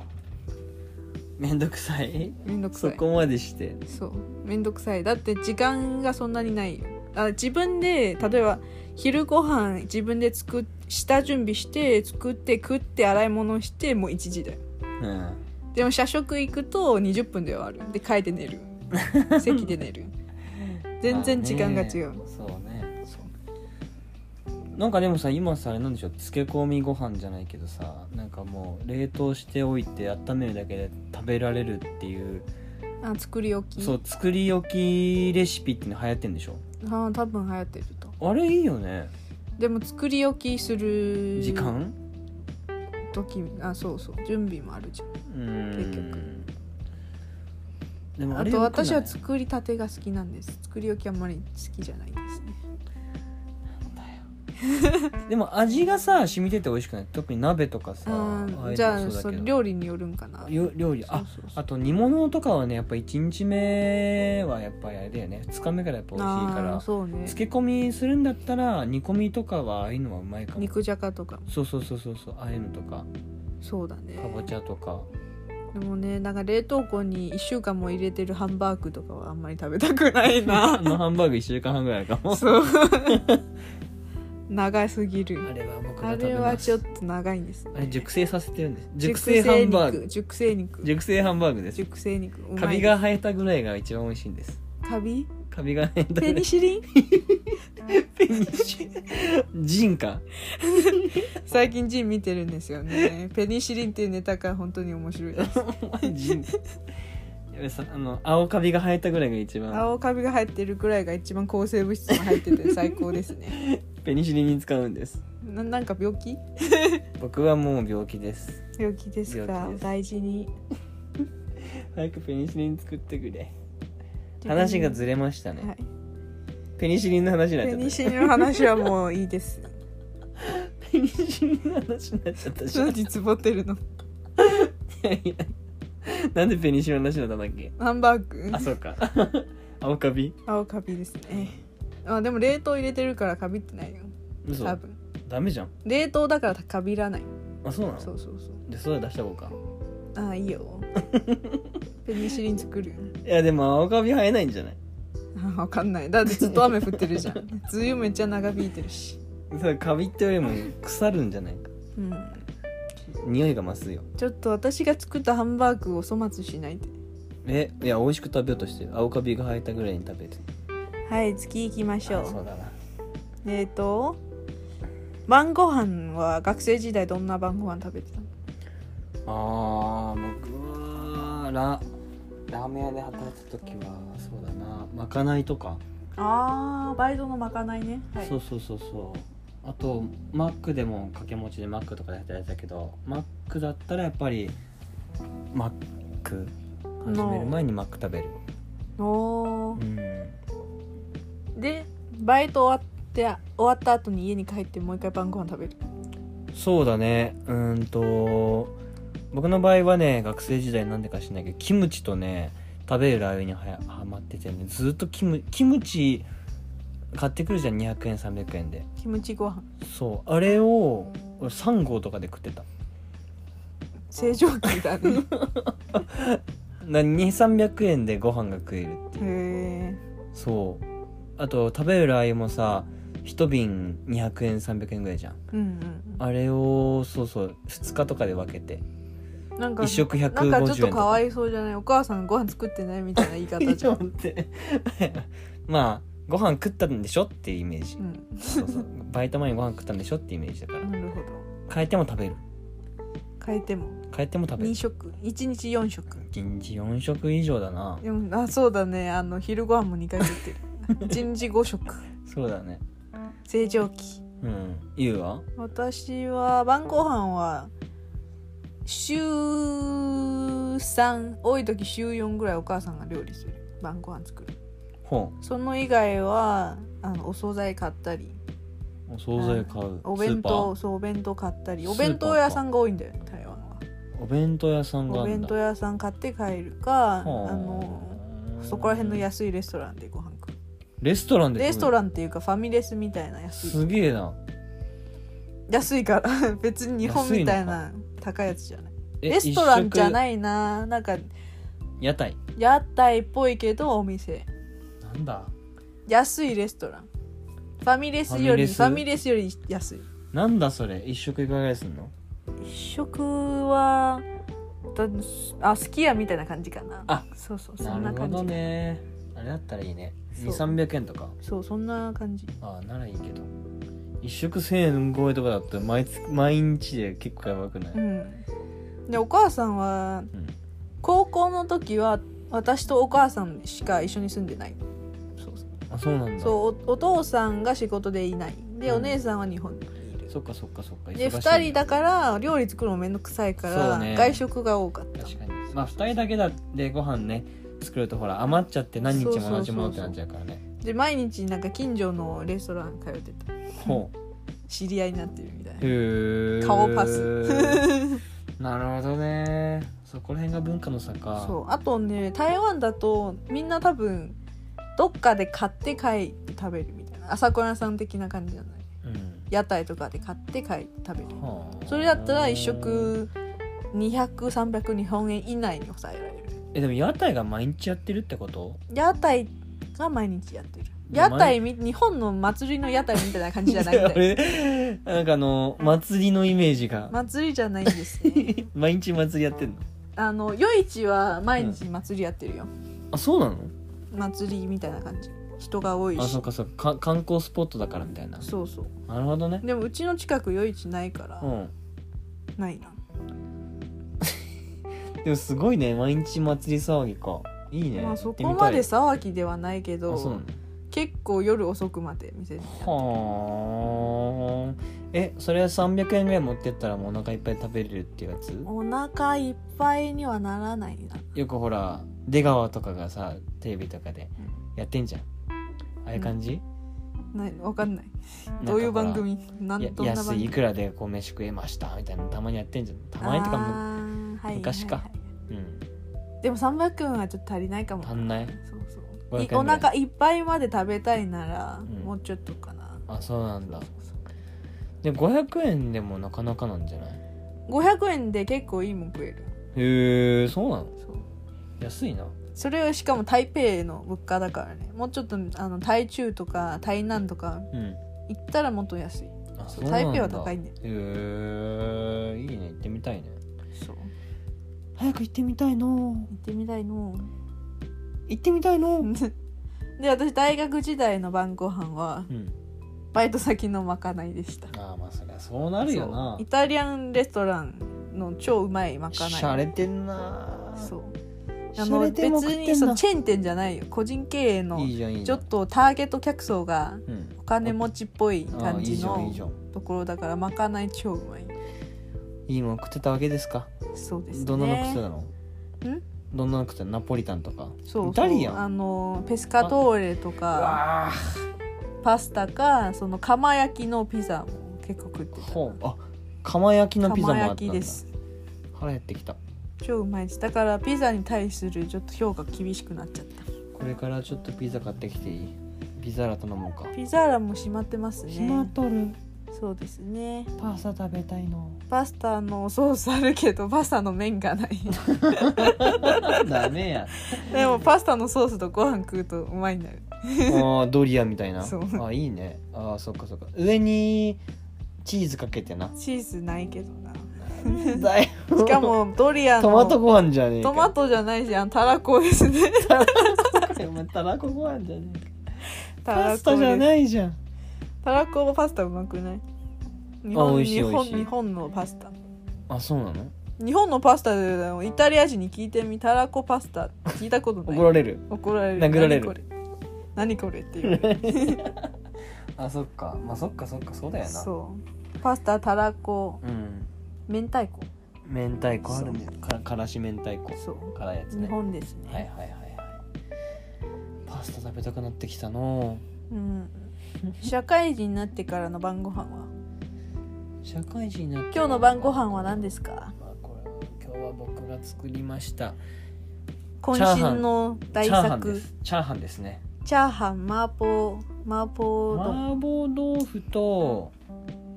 Speaker 2: めんどくさい
Speaker 1: めんどくさ
Speaker 2: そ
Speaker 1: い
Speaker 2: こまでして
Speaker 1: そうめんどくさいだって時間がそんなにないよあ自分で例えば昼ご飯自分で作っ下準備して作って食って洗い物してもう1時だよ
Speaker 2: うん
Speaker 1: でも社食行くと20分で終わるで帰って寝 る席で寝る全然時間が違う、
Speaker 2: まあねそうね
Speaker 1: そう
Speaker 2: なんかでもさ今さあれなんでしょう漬け込みご飯じゃないけどさなんかもう冷凍しておいて温めるだけで食べられるっていう
Speaker 1: あ作り置き
Speaker 2: そう作り置きレシピっての流行ってんでしょ
Speaker 1: あ多分流行ってると
Speaker 2: あれいいよね
Speaker 1: でも作り置きする
Speaker 2: 時間
Speaker 1: 時あそうそう準備もあるじゃん
Speaker 2: うん
Speaker 1: 結局
Speaker 2: でもあ
Speaker 1: あ
Speaker 2: れ
Speaker 1: と
Speaker 2: 良くない
Speaker 1: 私は作りたてが好きなんです作り置きあんまり好きじゃないですね
Speaker 2: でも味がさ染みてて美味しくない特に鍋とかさ
Speaker 1: あ
Speaker 2: あ
Speaker 1: ー
Speaker 2: えて
Speaker 1: じゃあ
Speaker 2: も
Speaker 1: そ
Speaker 2: だけ
Speaker 1: れ
Speaker 2: ど
Speaker 1: 料理によるんかな
Speaker 2: よ料理あ
Speaker 1: そうそうそう
Speaker 2: あと煮物とかはねやっぱ1日目はやっぱりあれだよね2日目からやっぱ美味しいか
Speaker 1: あー
Speaker 2: ら
Speaker 1: そうね
Speaker 2: 漬け込みするんだったら煮込みとかはああいうのはうまいかも
Speaker 1: 肉じゃがとかも
Speaker 2: そうそうそうそうそうああいうのとか
Speaker 1: そうだね
Speaker 2: かぼちゃとか
Speaker 1: でもねなんか冷凍庫に1週間も入れてるハンバーグとかはあんまり食べたくない
Speaker 2: あ
Speaker 1: な
Speaker 2: のハンバーグ1週間半ぐらいかも
Speaker 1: そう長すぎる
Speaker 2: あれは僕が
Speaker 1: あ
Speaker 2: 食べ
Speaker 1: れ
Speaker 2: ま
Speaker 1: は
Speaker 2: す
Speaker 1: ちょっと長いんですね
Speaker 2: あれ熟成させてるんです熟成ハンバーグ
Speaker 1: 熟成肉
Speaker 2: 熟成ハンバーグです
Speaker 1: 熟成肉うまい
Speaker 2: カビが生えたぐらいが一番美味しいんです
Speaker 1: カビ
Speaker 2: カビがね
Speaker 1: ペ ニシリン
Speaker 2: ペニシジンか
Speaker 1: 最近ジン見てるんですよねペニシリンっていうネタが本当に面白 いです
Speaker 2: お前ジンやべさあの青カビが生えたぐらいが一番
Speaker 1: 青カビが入ってるくらいが一番抗生物質も入ってて最高ですね
Speaker 2: ペニシリンに使うんです
Speaker 1: ななんか病気
Speaker 2: 僕はもう病気です
Speaker 1: 病気ですか
Speaker 2: 病気です
Speaker 1: 大事に
Speaker 2: 早くペニシリン作ってくれ話がずれましたね、
Speaker 1: はい
Speaker 2: ペニシリンの話になっ
Speaker 1: ペ
Speaker 2: ちゃ
Speaker 1: ニ
Speaker 2: った
Speaker 1: シリンの話はもういい です
Speaker 2: ペニシリンの話になっちゃ ったし
Speaker 1: 何つぼってるの
Speaker 2: いやいやなんでペニシリンの話になったんだっけ
Speaker 1: ハンバーグ
Speaker 2: あそうか 青カビ
Speaker 1: 青カビですねあでも冷凍入れてるからカビってないよ
Speaker 2: 嘘
Speaker 1: 多分
Speaker 2: ダメじゃん
Speaker 1: 冷凍だからカビらない
Speaker 2: あそうなの
Speaker 1: そうそうそう
Speaker 2: でそうだ出したこうか
Speaker 1: ああいいよ ペニシリン作るよ
Speaker 2: いやでも青カビ生えないんじゃない
Speaker 1: あわかんないだってずっと雨降ってる じゃん梅雨めっちゃ長引いてるし
Speaker 2: それカビってよりも腐るんじゃないか
Speaker 1: うん
Speaker 2: 匂いが増すよ
Speaker 1: ちょっと私が作ったハンバーグを粗末しないで
Speaker 2: えいや美味しく食べようとしてる青カビが生えたぐらいに食べて
Speaker 1: はい次行きましょ
Speaker 2: あそううだな
Speaker 1: えっ、と晩ご飯は学生時代どんな晩ご飯食べてたの
Speaker 2: あー僕はララーメン屋で働いてた時はそうだなまかないとか、
Speaker 1: あーバイトのまかないねはい
Speaker 2: そうそうそうそうあとマックでも掛け持ちでマックとかで働いてたけどマックだったらやっぱりマック始める前にマック食べる
Speaker 1: おー
Speaker 2: うん
Speaker 1: でバイト終わって終わった後に家に帰ってもう一回晩ご飯食べる
Speaker 2: そうだねうーんと僕の場合はね学生時代なんでか知らないけどキムチとね食べるラー油にはやはまっててねずっとキムキムチ買ってくるじゃん200円300円で
Speaker 1: キムチご飯
Speaker 2: そうあれを俺3合とかで食ってた
Speaker 1: 正常期だ ね
Speaker 2: 2300円でご飯が食えるっていう
Speaker 1: へ
Speaker 2: そうあと食べるラー油もさ一瓶200円300円ぐらいじゃん
Speaker 1: えうん
Speaker 2: あれをそうそう2日とかで分けて
Speaker 1: うんなんか
Speaker 2: 1食150円
Speaker 1: なんかちょっと
Speaker 2: と
Speaker 1: かわいそうじゃないお母さんご飯作ってないみたいな言い 方
Speaker 2: 以
Speaker 1: じゃ
Speaker 2: 上っ
Speaker 1: ん、
Speaker 2: てまあご飯食ったんでしょっていうイメージ、
Speaker 1: うん、
Speaker 2: そうそうバイト前にご飯食ったんでしょってイメージだから
Speaker 1: なるほど
Speaker 2: 変えても食べる
Speaker 1: 変えても
Speaker 2: 変えても食べ
Speaker 1: 2
Speaker 2: る
Speaker 1: 食1日4食
Speaker 2: 1日4食以上だな
Speaker 1: でもあそうだねあの昼ご飯も2回食ってる1日5食
Speaker 2: そうだね
Speaker 1: 正常期
Speaker 2: うん言うわ
Speaker 1: 私は晩ご飯は週3多い時週4ぐらいお母さんが料理する晩ご飯作る
Speaker 2: ほ
Speaker 1: その以外はあのお惣菜買ったり
Speaker 2: うお惣菜買う
Speaker 1: お弁当そうお弁当買ったりお弁当屋さんが多いんだよね台湾は
Speaker 2: スーパーお弁当屋さんが
Speaker 1: お
Speaker 2: あるん
Speaker 1: 弁
Speaker 2: だ
Speaker 1: 当屋さん買って帰るかあ
Speaker 2: ほう
Speaker 1: のそこら辺の安いレストランでご飯食う
Speaker 2: レストランで食う
Speaker 1: レストランっていうかファミレスみたいな安い
Speaker 2: すげえな
Speaker 1: 安いから 別に日本みたいな高いやつじゃないレストランじゃ
Speaker 2: い
Speaker 1: ないななんか
Speaker 2: 屋台
Speaker 1: 屋台っぽいけどお店
Speaker 2: なんだ
Speaker 1: 安いレストランファミレスよりフ
Speaker 2: フ
Speaker 1: ァ
Speaker 2: ァ
Speaker 1: ミ
Speaker 2: ミ
Speaker 1: レスより安い
Speaker 2: なんだそれ一食いくらぐらいすんの
Speaker 1: 一食はだあすき家みたいな感じかな
Speaker 2: あ
Speaker 1: そうそうそ
Speaker 2: なん
Speaker 1: な
Speaker 2: るほ
Speaker 1: 感じ
Speaker 2: どねあれだったらいいね
Speaker 1: そう
Speaker 2: 2300円とか
Speaker 1: そうそんな感じ
Speaker 2: ああならいいけど一食1000円超えとかだったら毎月毎日で結構やばくない、
Speaker 1: うんでお母さんは
Speaker 2: うん
Speaker 1: 高校の時は私とお母さんしか一緒に住んでないそうそう
Speaker 2: あそうなんだ
Speaker 1: そうおお父さんが仕事でいないで、
Speaker 2: うん
Speaker 1: お姉さんは日本にいる
Speaker 2: そっかそっかそっか
Speaker 1: で
Speaker 2: 忙しいね
Speaker 1: 2人だから料理作るのめんどくさいか
Speaker 2: そ
Speaker 1: ら、
Speaker 2: うね
Speaker 1: 外食が多かった
Speaker 2: 確かにまあ2人だけだでご飯ね作るとほら余っちゃって何日も同じものってなっちゃうからね
Speaker 1: で毎日なんか近所のレストラン通ってた
Speaker 2: ほ
Speaker 1: 知り合いになってるみたいうな
Speaker 2: へえ
Speaker 1: 顔パス
Speaker 2: なるほどねそこら辺が文化の差か、
Speaker 1: そうあとね台湾だとみんな多分どっかで買って帰って食べるみたいな朝倉さん的な感じじゃないう
Speaker 2: ん
Speaker 1: 屋台とかで買って帰って食べる
Speaker 2: はあ、
Speaker 1: それだったら1食200300日本円以内に抑えられる
Speaker 2: えでも屋台が毎日やってるってこと
Speaker 1: 屋台が毎日やってる
Speaker 2: いや
Speaker 1: 屋台み日本の祭りの屋台みたいな感じじゃないん だよ
Speaker 2: 俺なんかあの祭りのイメージが、
Speaker 1: 祭りじゃないんですね
Speaker 2: 毎日祭りやってんの
Speaker 1: あの夜市は毎日祭りやってるよ、
Speaker 2: あそうなの
Speaker 1: 祭りみたいな感じ人が多い
Speaker 2: あ
Speaker 1: し
Speaker 2: そっかそっかか観光スポットだからみたいな
Speaker 1: そうそう
Speaker 2: なるほどね
Speaker 1: でもうちの近く夜市ないから、
Speaker 2: うん
Speaker 1: ないな
Speaker 2: でもすごいね毎日祭り騒ぎかいいね
Speaker 1: まあそこまで
Speaker 2: 行って
Speaker 1: 騒ぎではないけ
Speaker 2: みたいあそうな
Speaker 1: ど
Speaker 2: の
Speaker 1: 結構夜遅くまで店にいた
Speaker 2: はあえそれは300円ぐらい持ってったらもうお腹いっぱい食べれるっていうやつ
Speaker 1: お腹いっぱいにはならないな
Speaker 2: よくほら出川とかがさテレビとかでやってんじゃんああいう感じ、
Speaker 1: ないわかんない
Speaker 2: なんかほら
Speaker 1: どういう番組なん
Speaker 2: や
Speaker 1: どんな番
Speaker 2: 安い
Speaker 1: 組
Speaker 2: いくらでこう飯食えましたみたいなのたまにやってんじゃんたまにとかも
Speaker 1: あーはい
Speaker 2: 昔か
Speaker 1: はいはいは
Speaker 2: うん
Speaker 1: いでも300円はちょっと足りないかも
Speaker 2: 足んない
Speaker 1: そうそうい
Speaker 2: 500円
Speaker 1: お
Speaker 2: ぐらい
Speaker 1: 腹いっぱいまで食べたいなら、
Speaker 2: ん
Speaker 1: もうちょっとかな
Speaker 2: あそうなんだ
Speaker 1: そうそう
Speaker 2: で500円でもなかなかなんじゃない
Speaker 1: そう500円で結構いいもん食える
Speaker 2: へえそうなの
Speaker 1: そう
Speaker 2: 安いな
Speaker 1: それをしかも台北の物価だからねもうちょっとあの台中とか台南とか
Speaker 2: うん
Speaker 1: 行ったらもっと安い
Speaker 2: あ
Speaker 1: そ
Speaker 2: そううな
Speaker 1: 台
Speaker 2: んだ
Speaker 1: 北は高いんだよ
Speaker 2: へえいいね行ってみたいね
Speaker 1: そう
Speaker 2: 早く行ってみたいの
Speaker 1: 行ってみたいの
Speaker 2: 行ってみたいのうん
Speaker 1: で私大学時代の晩ご飯はバイト先のまかないでした
Speaker 2: ああまあそりゃそうなるよな
Speaker 1: そうイタリアンレストランの超うまいまかない
Speaker 2: しゃれてんな
Speaker 1: そうあ
Speaker 2: しゃ
Speaker 1: の
Speaker 2: れ
Speaker 1: 別
Speaker 2: ても食っ
Speaker 1: に
Speaker 2: てん
Speaker 1: そ
Speaker 2: な
Speaker 1: うチェーン店じゃないよ個人経営の
Speaker 2: いいじゃんいい
Speaker 1: ち
Speaker 2: じ
Speaker 1: ょ
Speaker 2: ゃん
Speaker 1: っとターゲット客層が
Speaker 2: うん
Speaker 1: お金持ちっぽい
Speaker 2: あー
Speaker 1: 感
Speaker 2: いい
Speaker 1: じ
Speaker 2: じゃんい
Speaker 1: の
Speaker 2: いじゃん
Speaker 1: ところだからまかない超うまい
Speaker 2: いいもん食ってたわけですか
Speaker 1: そうですね
Speaker 2: どんなの食ってたの
Speaker 1: ん
Speaker 2: どんなの食ってたのナポリタンとか
Speaker 1: そうそう
Speaker 2: イタリアン
Speaker 1: あのペスカトーレとか
Speaker 2: わあ
Speaker 1: パスタかその釜焼きのピザも結構食ってた
Speaker 2: ほうあ釜焼きのピザも
Speaker 1: 釜
Speaker 2: あったんだ
Speaker 1: 焼きです
Speaker 2: 腹減ってきた
Speaker 1: 超うまいですだからピザに対するちょっと評価厳しくなっちゃった
Speaker 2: これからちょっとピザ買ってきていいピザーラ頼もうか
Speaker 1: ピザーラも閉まってますね
Speaker 2: とる
Speaker 1: そうですね
Speaker 2: パスタ食べたいの
Speaker 1: パスタのソースあるけどパスタの麺がない
Speaker 2: ダメや
Speaker 1: でもパスタのソースとご飯食うとうまいになる
Speaker 2: あードリアみたいな
Speaker 1: そう
Speaker 2: あいいねあーそっかそっか上にチーズかけてな
Speaker 1: チーズないけど な
Speaker 2: だいぶ
Speaker 1: しかもドリアの
Speaker 2: トマトご飯じゃねえか
Speaker 1: トマトじゃないしあのたらこですね
Speaker 2: お前たらこご飯じゃねえか
Speaker 1: たらこ
Speaker 2: パ
Speaker 1: で
Speaker 2: ス
Speaker 1: す
Speaker 2: タじゃないじゃん
Speaker 1: たらこパスタうまくない日本
Speaker 2: 美味しい
Speaker 1: 日
Speaker 2: 美
Speaker 1: 本
Speaker 2: 味しい
Speaker 1: 日本のパスタ
Speaker 2: あそうなの
Speaker 1: 日本のパスタでイタリア人に聞いてみたらこパスタ聞いたことない
Speaker 2: 怒られる
Speaker 1: 怒られる
Speaker 2: 殴られ
Speaker 1: 何
Speaker 2: る
Speaker 1: これ何これっていう
Speaker 2: あそっかまあそっかそっかそうだよな
Speaker 1: そうパスタたらこ
Speaker 2: うん
Speaker 1: 明太子
Speaker 2: 明太子あるねかからし明太子
Speaker 1: そう
Speaker 2: 辛いやつ
Speaker 1: 日
Speaker 2: ね
Speaker 1: 本ですね、
Speaker 2: はいはいはいはいパスタ食べたくなってきたの
Speaker 1: うん、社会人になってからの晩ご飯は
Speaker 2: 社会人になって
Speaker 1: 今日の晩ご飯は何ですか
Speaker 2: まあこれ今日は僕が作りました
Speaker 1: 渾身の大
Speaker 2: チャーハンで
Speaker 1: 作
Speaker 2: すチャーハンですね
Speaker 1: チャーハンマーポーマーポー丼
Speaker 2: 麻婆豆腐と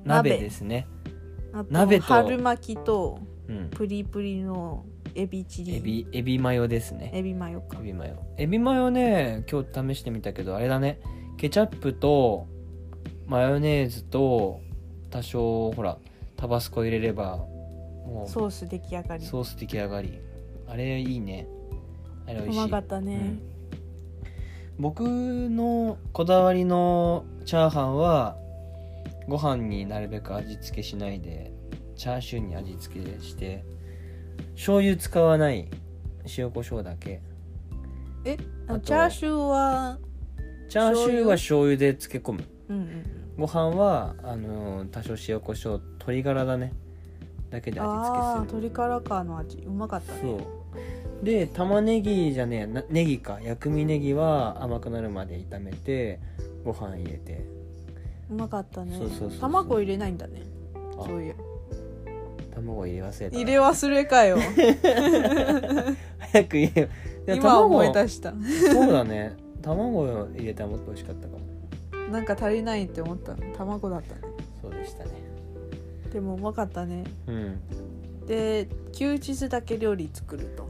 Speaker 1: 鍋
Speaker 2: 鍋ですね
Speaker 1: あと
Speaker 2: 鍋と
Speaker 1: 春巻きと
Speaker 2: うん
Speaker 1: プリプリのエビチリ
Speaker 2: エビエビマヨですね
Speaker 1: エビマヨか
Speaker 2: エビマヨエビマヨね今日試してみたけどあれだねケチャップとマヨネーズと多少ほらタバスコ入れればもう
Speaker 1: ソース出来上がり
Speaker 2: ソース出来上がりあれいいねあれ美
Speaker 1: う
Speaker 2: 味し
Speaker 1: ま
Speaker 2: い
Speaker 1: かった
Speaker 2: う
Speaker 1: ね
Speaker 2: ん、僕のこだわりのチャーハンはご飯になるべく味付けしないでチャーシューに味付けして醤油使わない塩コショウだけ
Speaker 1: あ
Speaker 2: あと
Speaker 1: チャーシューは
Speaker 2: チャーシューは醤油で漬け込む
Speaker 1: うんうんうん
Speaker 2: ご飯はあのー多少塩コショウ鶏ガラだねだけで味付
Speaker 1: ああー
Speaker 2: けする
Speaker 1: 鶏からかの味うまかったね
Speaker 2: そうで玉ねぎじゃねえなネギか薬味ネギは甘くなるまで炒めてご飯入れて
Speaker 1: うまかったね
Speaker 2: そうそうそうそう
Speaker 1: 卵入れないんだね
Speaker 2: あ
Speaker 1: そういう
Speaker 2: 卵入れ忘れたな
Speaker 1: 入れ忘れかよ
Speaker 2: 早く言えよいや
Speaker 1: 今思い
Speaker 2: 卵
Speaker 1: 出した
Speaker 2: そうだね卵を入れたらもっと美味しかったかも
Speaker 1: なんか足りないって思ったの卵だったね
Speaker 2: そうでしたね
Speaker 1: でもうまかったね
Speaker 2: うん
Speaker 1: で休日だけ料理作ると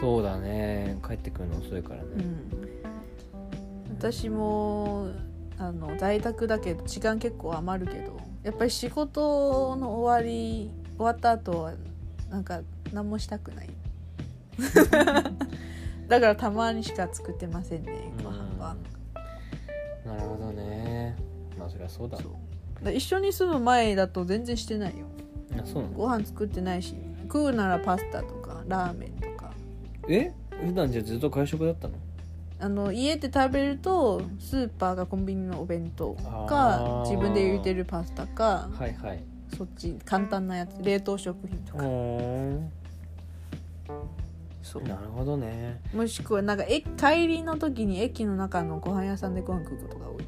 Speaker 2: そうだね帰ってくるの遅いから
Speaker 1: う
Speaker 2: ね、
Speaker 1: ん私もあの在宅だけど時間結構余るけどやっぱり仕事の終わり終わった後はなんか何もしたく ないだからたまにしか作ってませんね
Speaker 2: うん
Speaker 1: ご飯は
Speaker 2: なるほどねまあそりゃそうだ
Speaker 1: そうだ一緒に住む前だと全然してないよ
Speaker 2: あそうなの
Speaker 1: ご飯作ってないし食うならパスタとかラーメンとか
Speaker 2: え普段じゃずっと会食だったの
Speaker 1: あの家で食べるとスーパーがコンビニのお弁当
Speaker 2: あー
Speaker 1: か自分で茹でるパスタか
Speaker 2: はいはい
Speaker 1: そっち簡単なやつ冷凍食品と
Speaker 2: う
Speaker 1: か
Speaker 2: ーん
Speaker 1: そう
Speaker 2: なるほどね
Speaker 1: もしくはなんかえ帰りの時に駅の中のご飯屋さんでご飯食うことが多い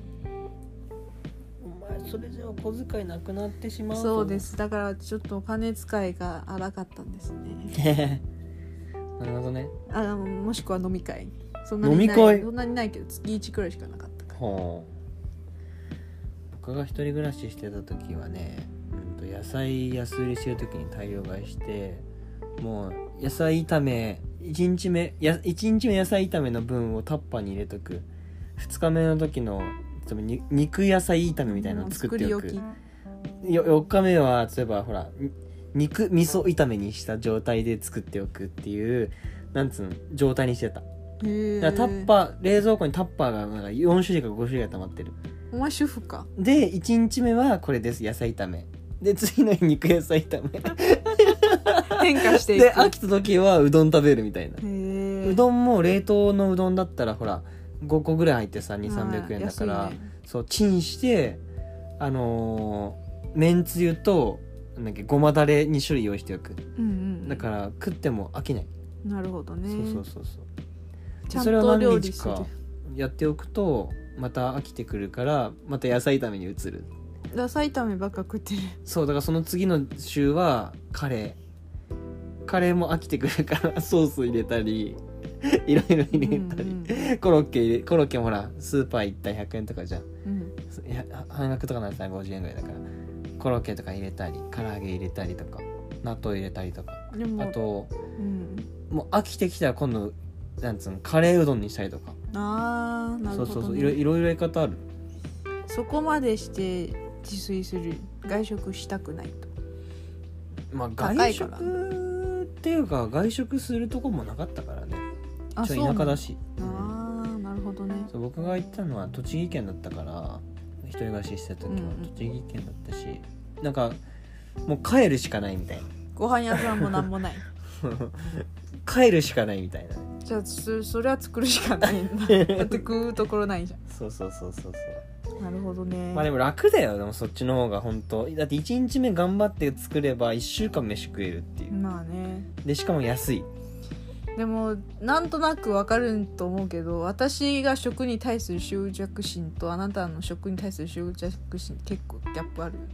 Speaker 2: お前それじゃお小遣いなくなってしまう
Speaker 1: そうですだからちょっとお金使いが荒かったんですね
Speaker 2: なるほどね
Speaker 1: あのもしくは飲み会そんなにない
Speaker 2: 飲み会
Speaker 1: そんなにないけど月1くらいしかなかったから
Speaker 2: ほう僕が一人暮らししてた時はね、うんと、野菜安売りしてる時に大量買いしてもう野菜炒め1日目や一日目野菜炒めの分をタッパーに入れとく2日目の時のつまりに肉野菜炒めみたいなのを作って
Speaker 1: 作
Speaker 2: おく
Speaker 1: り置
Speaker 2: よ4日目は例えばほらに肉味噌炒めにした状態で作っておくっていうなんつうの状態にしてた
Speaker 1: きへえ
Speaker 2: だからタッパー冷蔵庫にタッパーがなんか4種類か5種類が溜まってる
Speaker 1: お前主婦か
Speaker 2: で1日目はこれです野菜炒めで次の日肉野菜炒め
Speaker 1: 変化していく
Speaker 2: で飽きた時はうどん食べるみたいな、
Speaker 1: へえ
Speaker 2: うどんも冷凍のうどんだったらほら5個ぐらい入ってさ2300円だから、
Speaker 1: はい安いね
Speaker 2: そうチンしてあのー、めんつゆとなんだっけごまだれ2種類用意しておく
Speaker 1: うんうん、
Speaker 2: だから食っても飽きない、
Speaker 1: なるほどね
Speaker 2: そうそうそうそう
Speaker 1: ちゃん
Speaker 2: それを
Speaker 1: と
Speaker 2: 何
Speaker 1: 料
Speaker 2: 日
Speaker 1: 理する
Speaker 2: かやっておくとまた飽きてくるからまた野菜炒めに移る
Speaker 1: 野菜炒めばっか食ってる
Speaker 2: そうだからその次の週はカレーカレーも飽きてくるから ソース入れたりいろいろ入れたり、
Speaker 1: うん
Speaker 2: コロッケ入れコロッケもほらスーパー行ったら100円とかじゃん
Speaker 1: うん
Speaker 2: そいや半額とかなったら50円ぐらいだからコロッケとか入れたり唐揚げ入れたりとか納豆入れたりとか
Speaker 1: うん、でも
Speaker 2: あと
Speaker 1: うん、
Speaker 2: もう飽きてきたら今度なんつうのカレーうどんにしたりとか、
Speaker 1: あーなる
Speaker 2: そ
Speaker 1: ほど、ね、
Speaker 2: うそうそういろいろいろやり方ある
Speaker 1: そこまでして自炊する外食したくないと
Speaker 2: まあ
Speaker 1: 高
Speaker 2: 外
Speaker 1: いから
Speaker 2: 食っていうか外食するとこもなかったからね
Speaker 1: あ
Speaker 2: ち
Speaker 1: そ
Speaker 2: ょ
Speaker 1: うな
Speaker 2: い田舎
Speaker 1: ん
Speaker 2: だ
Speaker 1: だ
Speaker 2: し
Speaker 1: あーなるほどね
Speaker 2: そう僕が行ったのは栃木県だったから一人暮らししてた時は
Speaker 1: うんうん
Speaker 2: 栃木県だったし、なんかもう帰るしかないみた いな
Speaker 1: ご飯屋さんもなん もない
Speaker 2: 帰るしかないみたいな
Speaker 1: じゃあそそれは作るしかないん だだって食うところないじゃ
Speaker 2: そうそうそうそうそうん
Speaker 1: なるほどね、
Speaker 2: まあでも楽だよでもそっちの方が本当だって1日目頑張って作れば1週間飯食えるっていう
Speaker 1: まあね
Speaker 2: でしかも安い
Speaker 1: でもなんとなくわかると思うけど私が食に対する執着心とあなたの食に対する執着心結構ギャップあるよね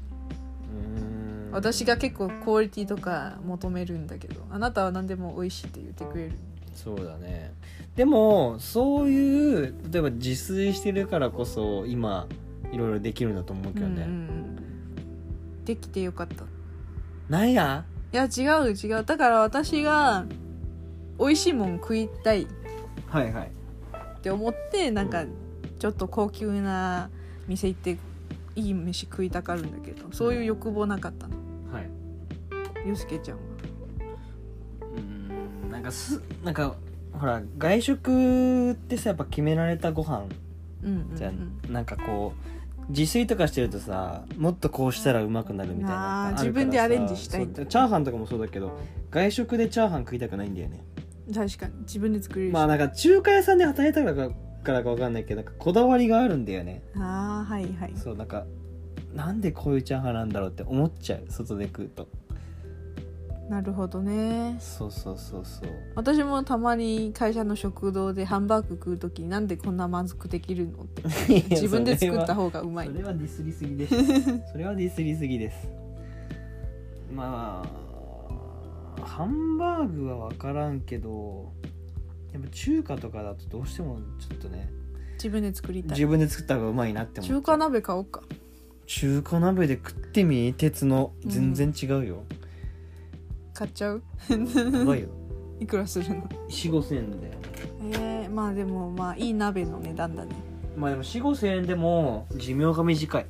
Speaker 2: うーん
Speaker 1: 私が結構クオリティとか求めるんだけどあなたは何でも美味しいって言ってくれる
Speaker 2: そうだねでもそういう例えば自炊してるからこそ今いろいろできるんだと思うけどね、
Speaker 1: うんうんできてよかったい
Speaker 2: ないや
Speaker 1: や違う違うだから私が美味しいもん食いたいっ
Speaker 2: はいはい
Speaker 1: て思ってなんかちょっと高級な店行っていい飯食いたかるんだけどそういう欲望なかったの
Speaker 2: はい
Speaker 1: ゆうすけちゃんは
Speaker 2: うんなんかすなんかほら外食ってさやっぱ決められたご飯
Speaker 1: うんうんうん
Speaker 2: じゃん、なんかこう自炊とかしてるとさもっとこうしたらうまくなるみたいな
Speaker 1: あー
Speaker 2: のがあるからさ
Speaker 1: 自分でアレンジしたい
Speaker 2: そうチャーハンとかもそうだけど外食でチャーハン食いたくないんだよね
Speaker 1: 確かに自分で作れるし、
Speaker 2: まあ
Speaker 1: あ
Speaker 2: なんか中華屋さんで働いたからかからかわかんないけどなんかこだわりがあるんだよね
Speaker 1: あーはいはい
Speaker 2: そうなんかなんでこういうチャーハンなんだろうって思っちゃう外で食うと
Speaker 1: なるほどね
Speaker 2: そうそうそう そう
Speaker 1: 私もたまに会社の食堂でハンバーグ食う時になんでこんな満足できるのって自分で作った方がうまい
Speaker 2: それはディスりすぎです それはディスりすぎですまあハンバーグは分からんけどやっぱ中華とかだとどうしてもちょっとね
Speaker 1: 自分で作りたい
Speaker 2: 自分で作った方がうまいなって思う
Speaker 1: 中華鍋買おうか
Speaker 2: 中華鍋で食ってみ鉄の全然違うよ、
Speaker 1: 買っちゃう
Speaker 2: やばいよ
Speaker 1: いくらするの
Speaker 2: 4 5千円だよ
Speaker 1: えー、まあでもまあいい鍋の値段だね
Speaker 2: まあでも4 5千円でも寿命が短い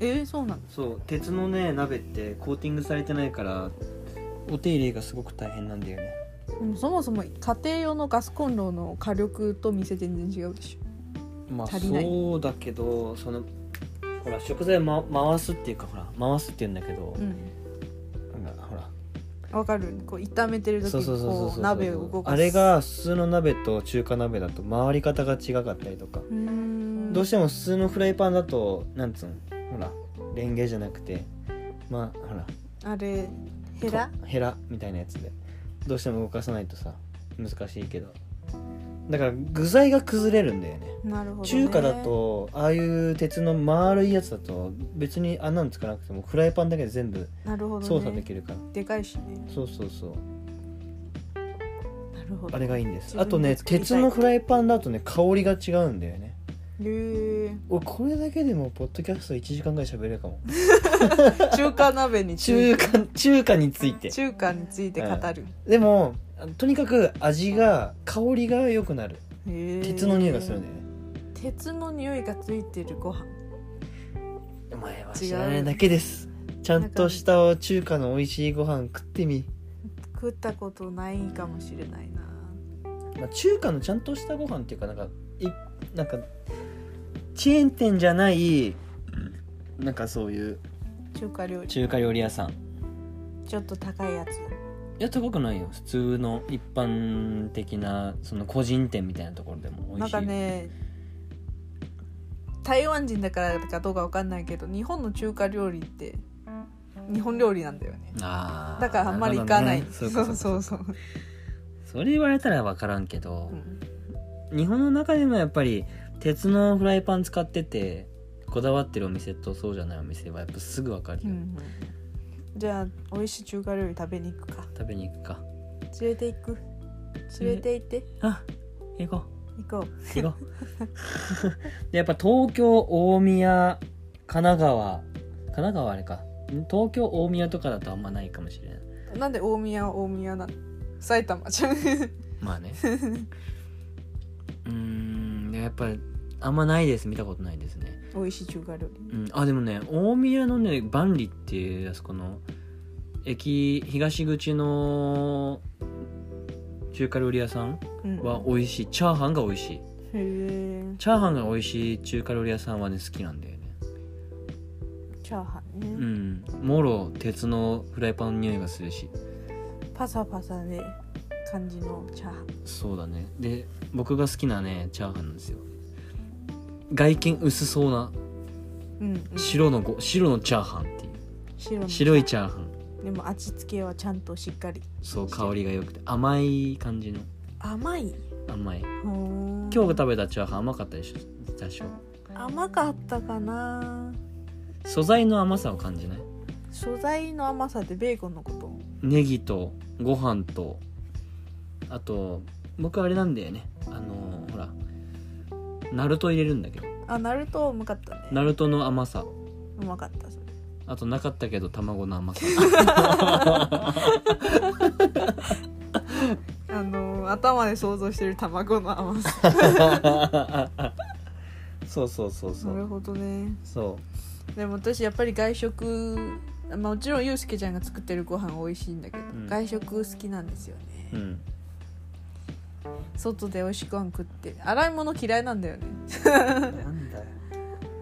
Speaker 1: えー、そうなの
Speaker 2: そう鉄のね鍋ってコーティングされてないからお手入れがすごく大変なんだよね
Speaker 1: でもそもそも家庭用のガスコンロの火力と店全然違うでしょ
Speaker 2: まあ
Speaker 1: 足りない
Speaker 2: そうだけどそのほら食材、ま、回すっていうかほら回すって言うんだけど、
Speaker 1: うん
Speaker 2: なんかほら
Speaker 1: わかるこう炒めてる時
Speaker 2: そう
Speaker 1: に
Speaker 2: そうそうそう
Speaker 1: こ
Speaker 2: そう
Speaker 1: う鍋を動かす
Speaker 2: あれが普通の鍋と中華鍋だと回り方が違かったりとか、
Speaker 1: うーん
Speaker 2: どうしても普通のフライパンだとなんつうのほらレンゲじゃなくてまあほら
Speaker 1: あれヘラ
Speaker 2: とヘラみたいなやつでどうしても動かさないとさ難しいけどだから具材が崩れるんだよね
Speaker 1: なるほど、ね、
Speaker 2: 中華だとああいう鉄の丸いやつだと別に穴つかなくてもフライパンだけで全部
Speaker 1: なるほど、ね、
Speaker 2: 操作できるから、
Speaker 1: でかいしね
Speaker 2: そうそうそう
Speaker 1: なるほど
Speaker 2: あれがいいんですあ
Speaker 1: 自
Speaker 2: と
Speaker 1: 分で
Speaker 2: ね
Speaker 1: 作りたい
Speaker 2: 鉄のフライパンだとね香りが違うんだよね
Speaker 1: へ
Speaker 2: 俺これだけでもポッドキャスト1時間ぐらい喋れる かも
Speaker 1: え中華鍋につい
Speaker 2: 中華中華について
Speaker 1: 中華について語る、
Speaker 2: でもとにかく味が香りが良くなる
Speaker 1: へえ
Speaker 2: 鉄の匂いがするんだよね
Speaker 1: 鉄の匂いがついてるご飯
Speaker 2: お前は知らないだけですちゃんとした中華の美味しいご飯食ってみ、
Speaker 1: 食ったことないかもしれないな
Speaker 2: まあ、中華のちゃんとしたご飯っていうかなんかいなんかチェーン店じゃないなんかそういう
Speaker 1: 中華料理
Speaker 2: 中華料理屋さん
Speaker 1: ちょっと高いやつ
Speaker 2: いや高くないよ普通の一般的なその個人店みたいなところでも美
Speaker 1: なん
Speaker 2: 味しい
Speaker 1: か
Speaker 2: よ
Speaker 1: ね台湾人だからかどうかわかんないけど日本の中華料理って日本料理なんだよね
Speaker 2: あー
Speaker 1: だからあんまり行かない
Speaker 2: るほど
Speaker 1: そ
Speaker 2: ね
Speaker 1: う
Speaker 2: そうか
Speaker 1: そ
Speaker 2: そうう
Speaker 1: そう
Speaker 2: それ言われたら分からんけど
Speaker 1: う、ん
Speaker 2: 日本の中でもやっぱり鉄のフライパン使っててこだわってるお店とそうじゃないお店はやっぱすぐ分かる
Speaker 1: う
Speaker 2: よ、
Speaker 1: んじゃあ美味しい中華料理食べに行くか
Speaker 2: 食べに行くか
Speaker 1: 連れて行く連れて行って
Speaker 2: あ行こ
Speaker 1: 行こう
Speaker 2: う行こうでやっぱ東京大宮神奈川神奈川はあれかん東京大宮とかだとあんまないかもしれない
Speaker 1: なんで大宮は大宮なの埼玉じゃん
Speaker 2: まあ ねうーんやっぱりあんまないです見たことないですね、
Speaker 1: 美味しい中華料理
Speaker 2: うん、あでもね大宮のね万里っていうやつこの駅東口の中華料理屋さん
Speaker 1: うん
Speaker 2: は美味しいチャーハンが美味しい
Speaker 1: へえ
Speaker 2: チャーハンが美味しい中華料理屋さんはね好きなんだよね
Speaker 1: チャーハンね、
Speaker 2: うんもろ鉄のフライパンの匂いがするし
Speaker 1: パサパサで感じのチャーハン
Speaker 2: そうだねで僕が好きなねチャーハンなんですよ外見薄そうな
Speaker 1: うん、うん、
Speaker 2: 白のご白のチャーハンっていう
Speaker 1: 白の
Speaker 2: 白いチャーハン
Speaker 1: でも味付けはちゃんとしっかり
Speaker 2: そう香りが良くて甘い感じの
Speaker 1: 甘い
Speaker 2: 甘い
Speaker 1: ほーん
Speaker 2: 今日食べたチャーハン甘かったでしょ多少
Speaker 1: 甘かったかな
Speaker 2: 素材の甘さを感じない
Speaker 1: 素材の甘さってベーコンのこと
Speaker 2: ネギとご飯とあと僕あれなんだよねあのーほらナルト入れるんだけど
Speaker 1: あナルトうまかったね
Speaker 2: ナルトの甘さ
Speaker 1: うまかったそれ
Speaker 2: あとなかったけど卵の甘さ
Speaker 1: あのー頭で想像してる卵の甘さ
Speaker 2: そうそうそうそ
Speaker 1: なる
Speaker 2: う
Speaker 1: ほどね
Speaker 2: そ
Speaker 1: でも私やっぱり外食まあもちろんゆうすけちゃんが作ってるご飯美味しいんだけど、
Speaker 2: うん
Speaker 1: 外食好きなんですよね、
Speaker 2: ううん
Speaker 1: 外で美味しくご飯食って洗い物嫌いなんだよね
Speaker 2: なんだよ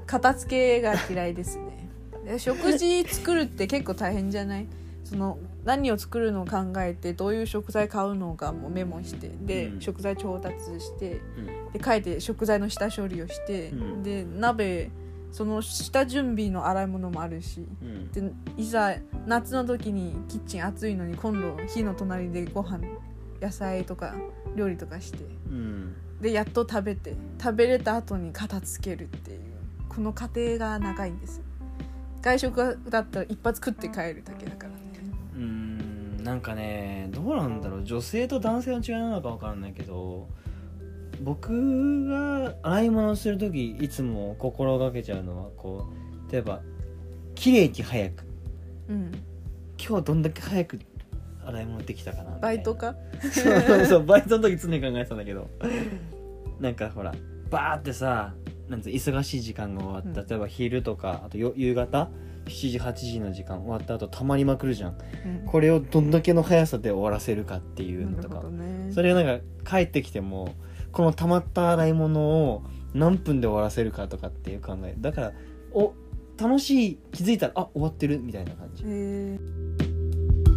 Speaker 1: 片付けが嫌いですね で食事作るって結構大変じゃないその何を作るのを考えてどういう食材買うのかもメモしてで、
Speaker 2: うん
Speaker 1: 食材調達して
Speaker 2: うん
Speaker 1: で書いて食材の下処理をして、
Speaker 2: うん
Speaker 1: で鍋その下準備の洗い物もあるし
Speaker 2: うん
Speaker 1: でいざ夏の時にキッチン暑いのにコンロ火の隣でご飯野菜とか料理とかして
Speaker 2: うん
Speaker 1: でやっと食べて食べれた後に片付けるっていうこの過程が長いんです外食だったら一発食って帰るだけだからね
Speaker 2: うーんなんかねどうなんだろう女性と男性の違いなのか分からないけど僕が洗い物をする時いつも心がけちゃうのはこう例えば「綺麗に早く
Speaker 1: うん
Speaker 2: 今日どんだけ早く洗い物できたかな」みた
Speaker 1: バ
Speaker 2: いな
Speaker 1: イトか
Speaker 2: そうそう そうバイトの時常に考えてたんだけどなんかほらバーってさなんつう忙しい時間が終わった、
Speaker 1: うん
Speaker 2: 例えば昼とかあとよ夕方7時8時の時間終わった後たまりまくるじゃん
Speaker 1: うん
Speaker 2: これをどんだけの速さで終わらせるかっていうの
Speaker 1: な
Speaker 2: と
Speaker 1: る
Speaker 2: か
Speaker 1: ほどね
Speaker 2: それがなんか帰ってきてもこのたまった洗い物を何分で終わらせるかとかっていう考えだからお楽しい気づいたらあ終わってるみたいな感じ
Speaker 1: えー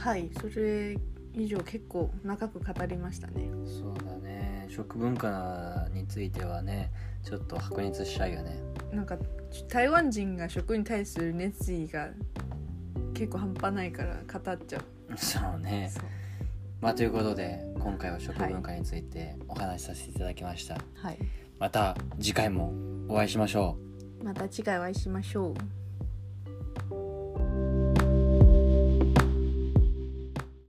Speaker 1: はいそれ以上結構長く語りましたね
Speaker 2: そうだね食文化についてはねちょっと白熱しちゃうよね
Speaker 1: なんか台湾人が食に対する熱意が結構半端ないから語っちゃう
Speaker 2: そうね
Speaker 1: そう
Speaker 2: まあということで今回は食文化についてお話しさせていただきました、
Speaker 1: はい
Speaker 2: また次回もお会いしましょう
Speaker 1: また次回お会いしましょう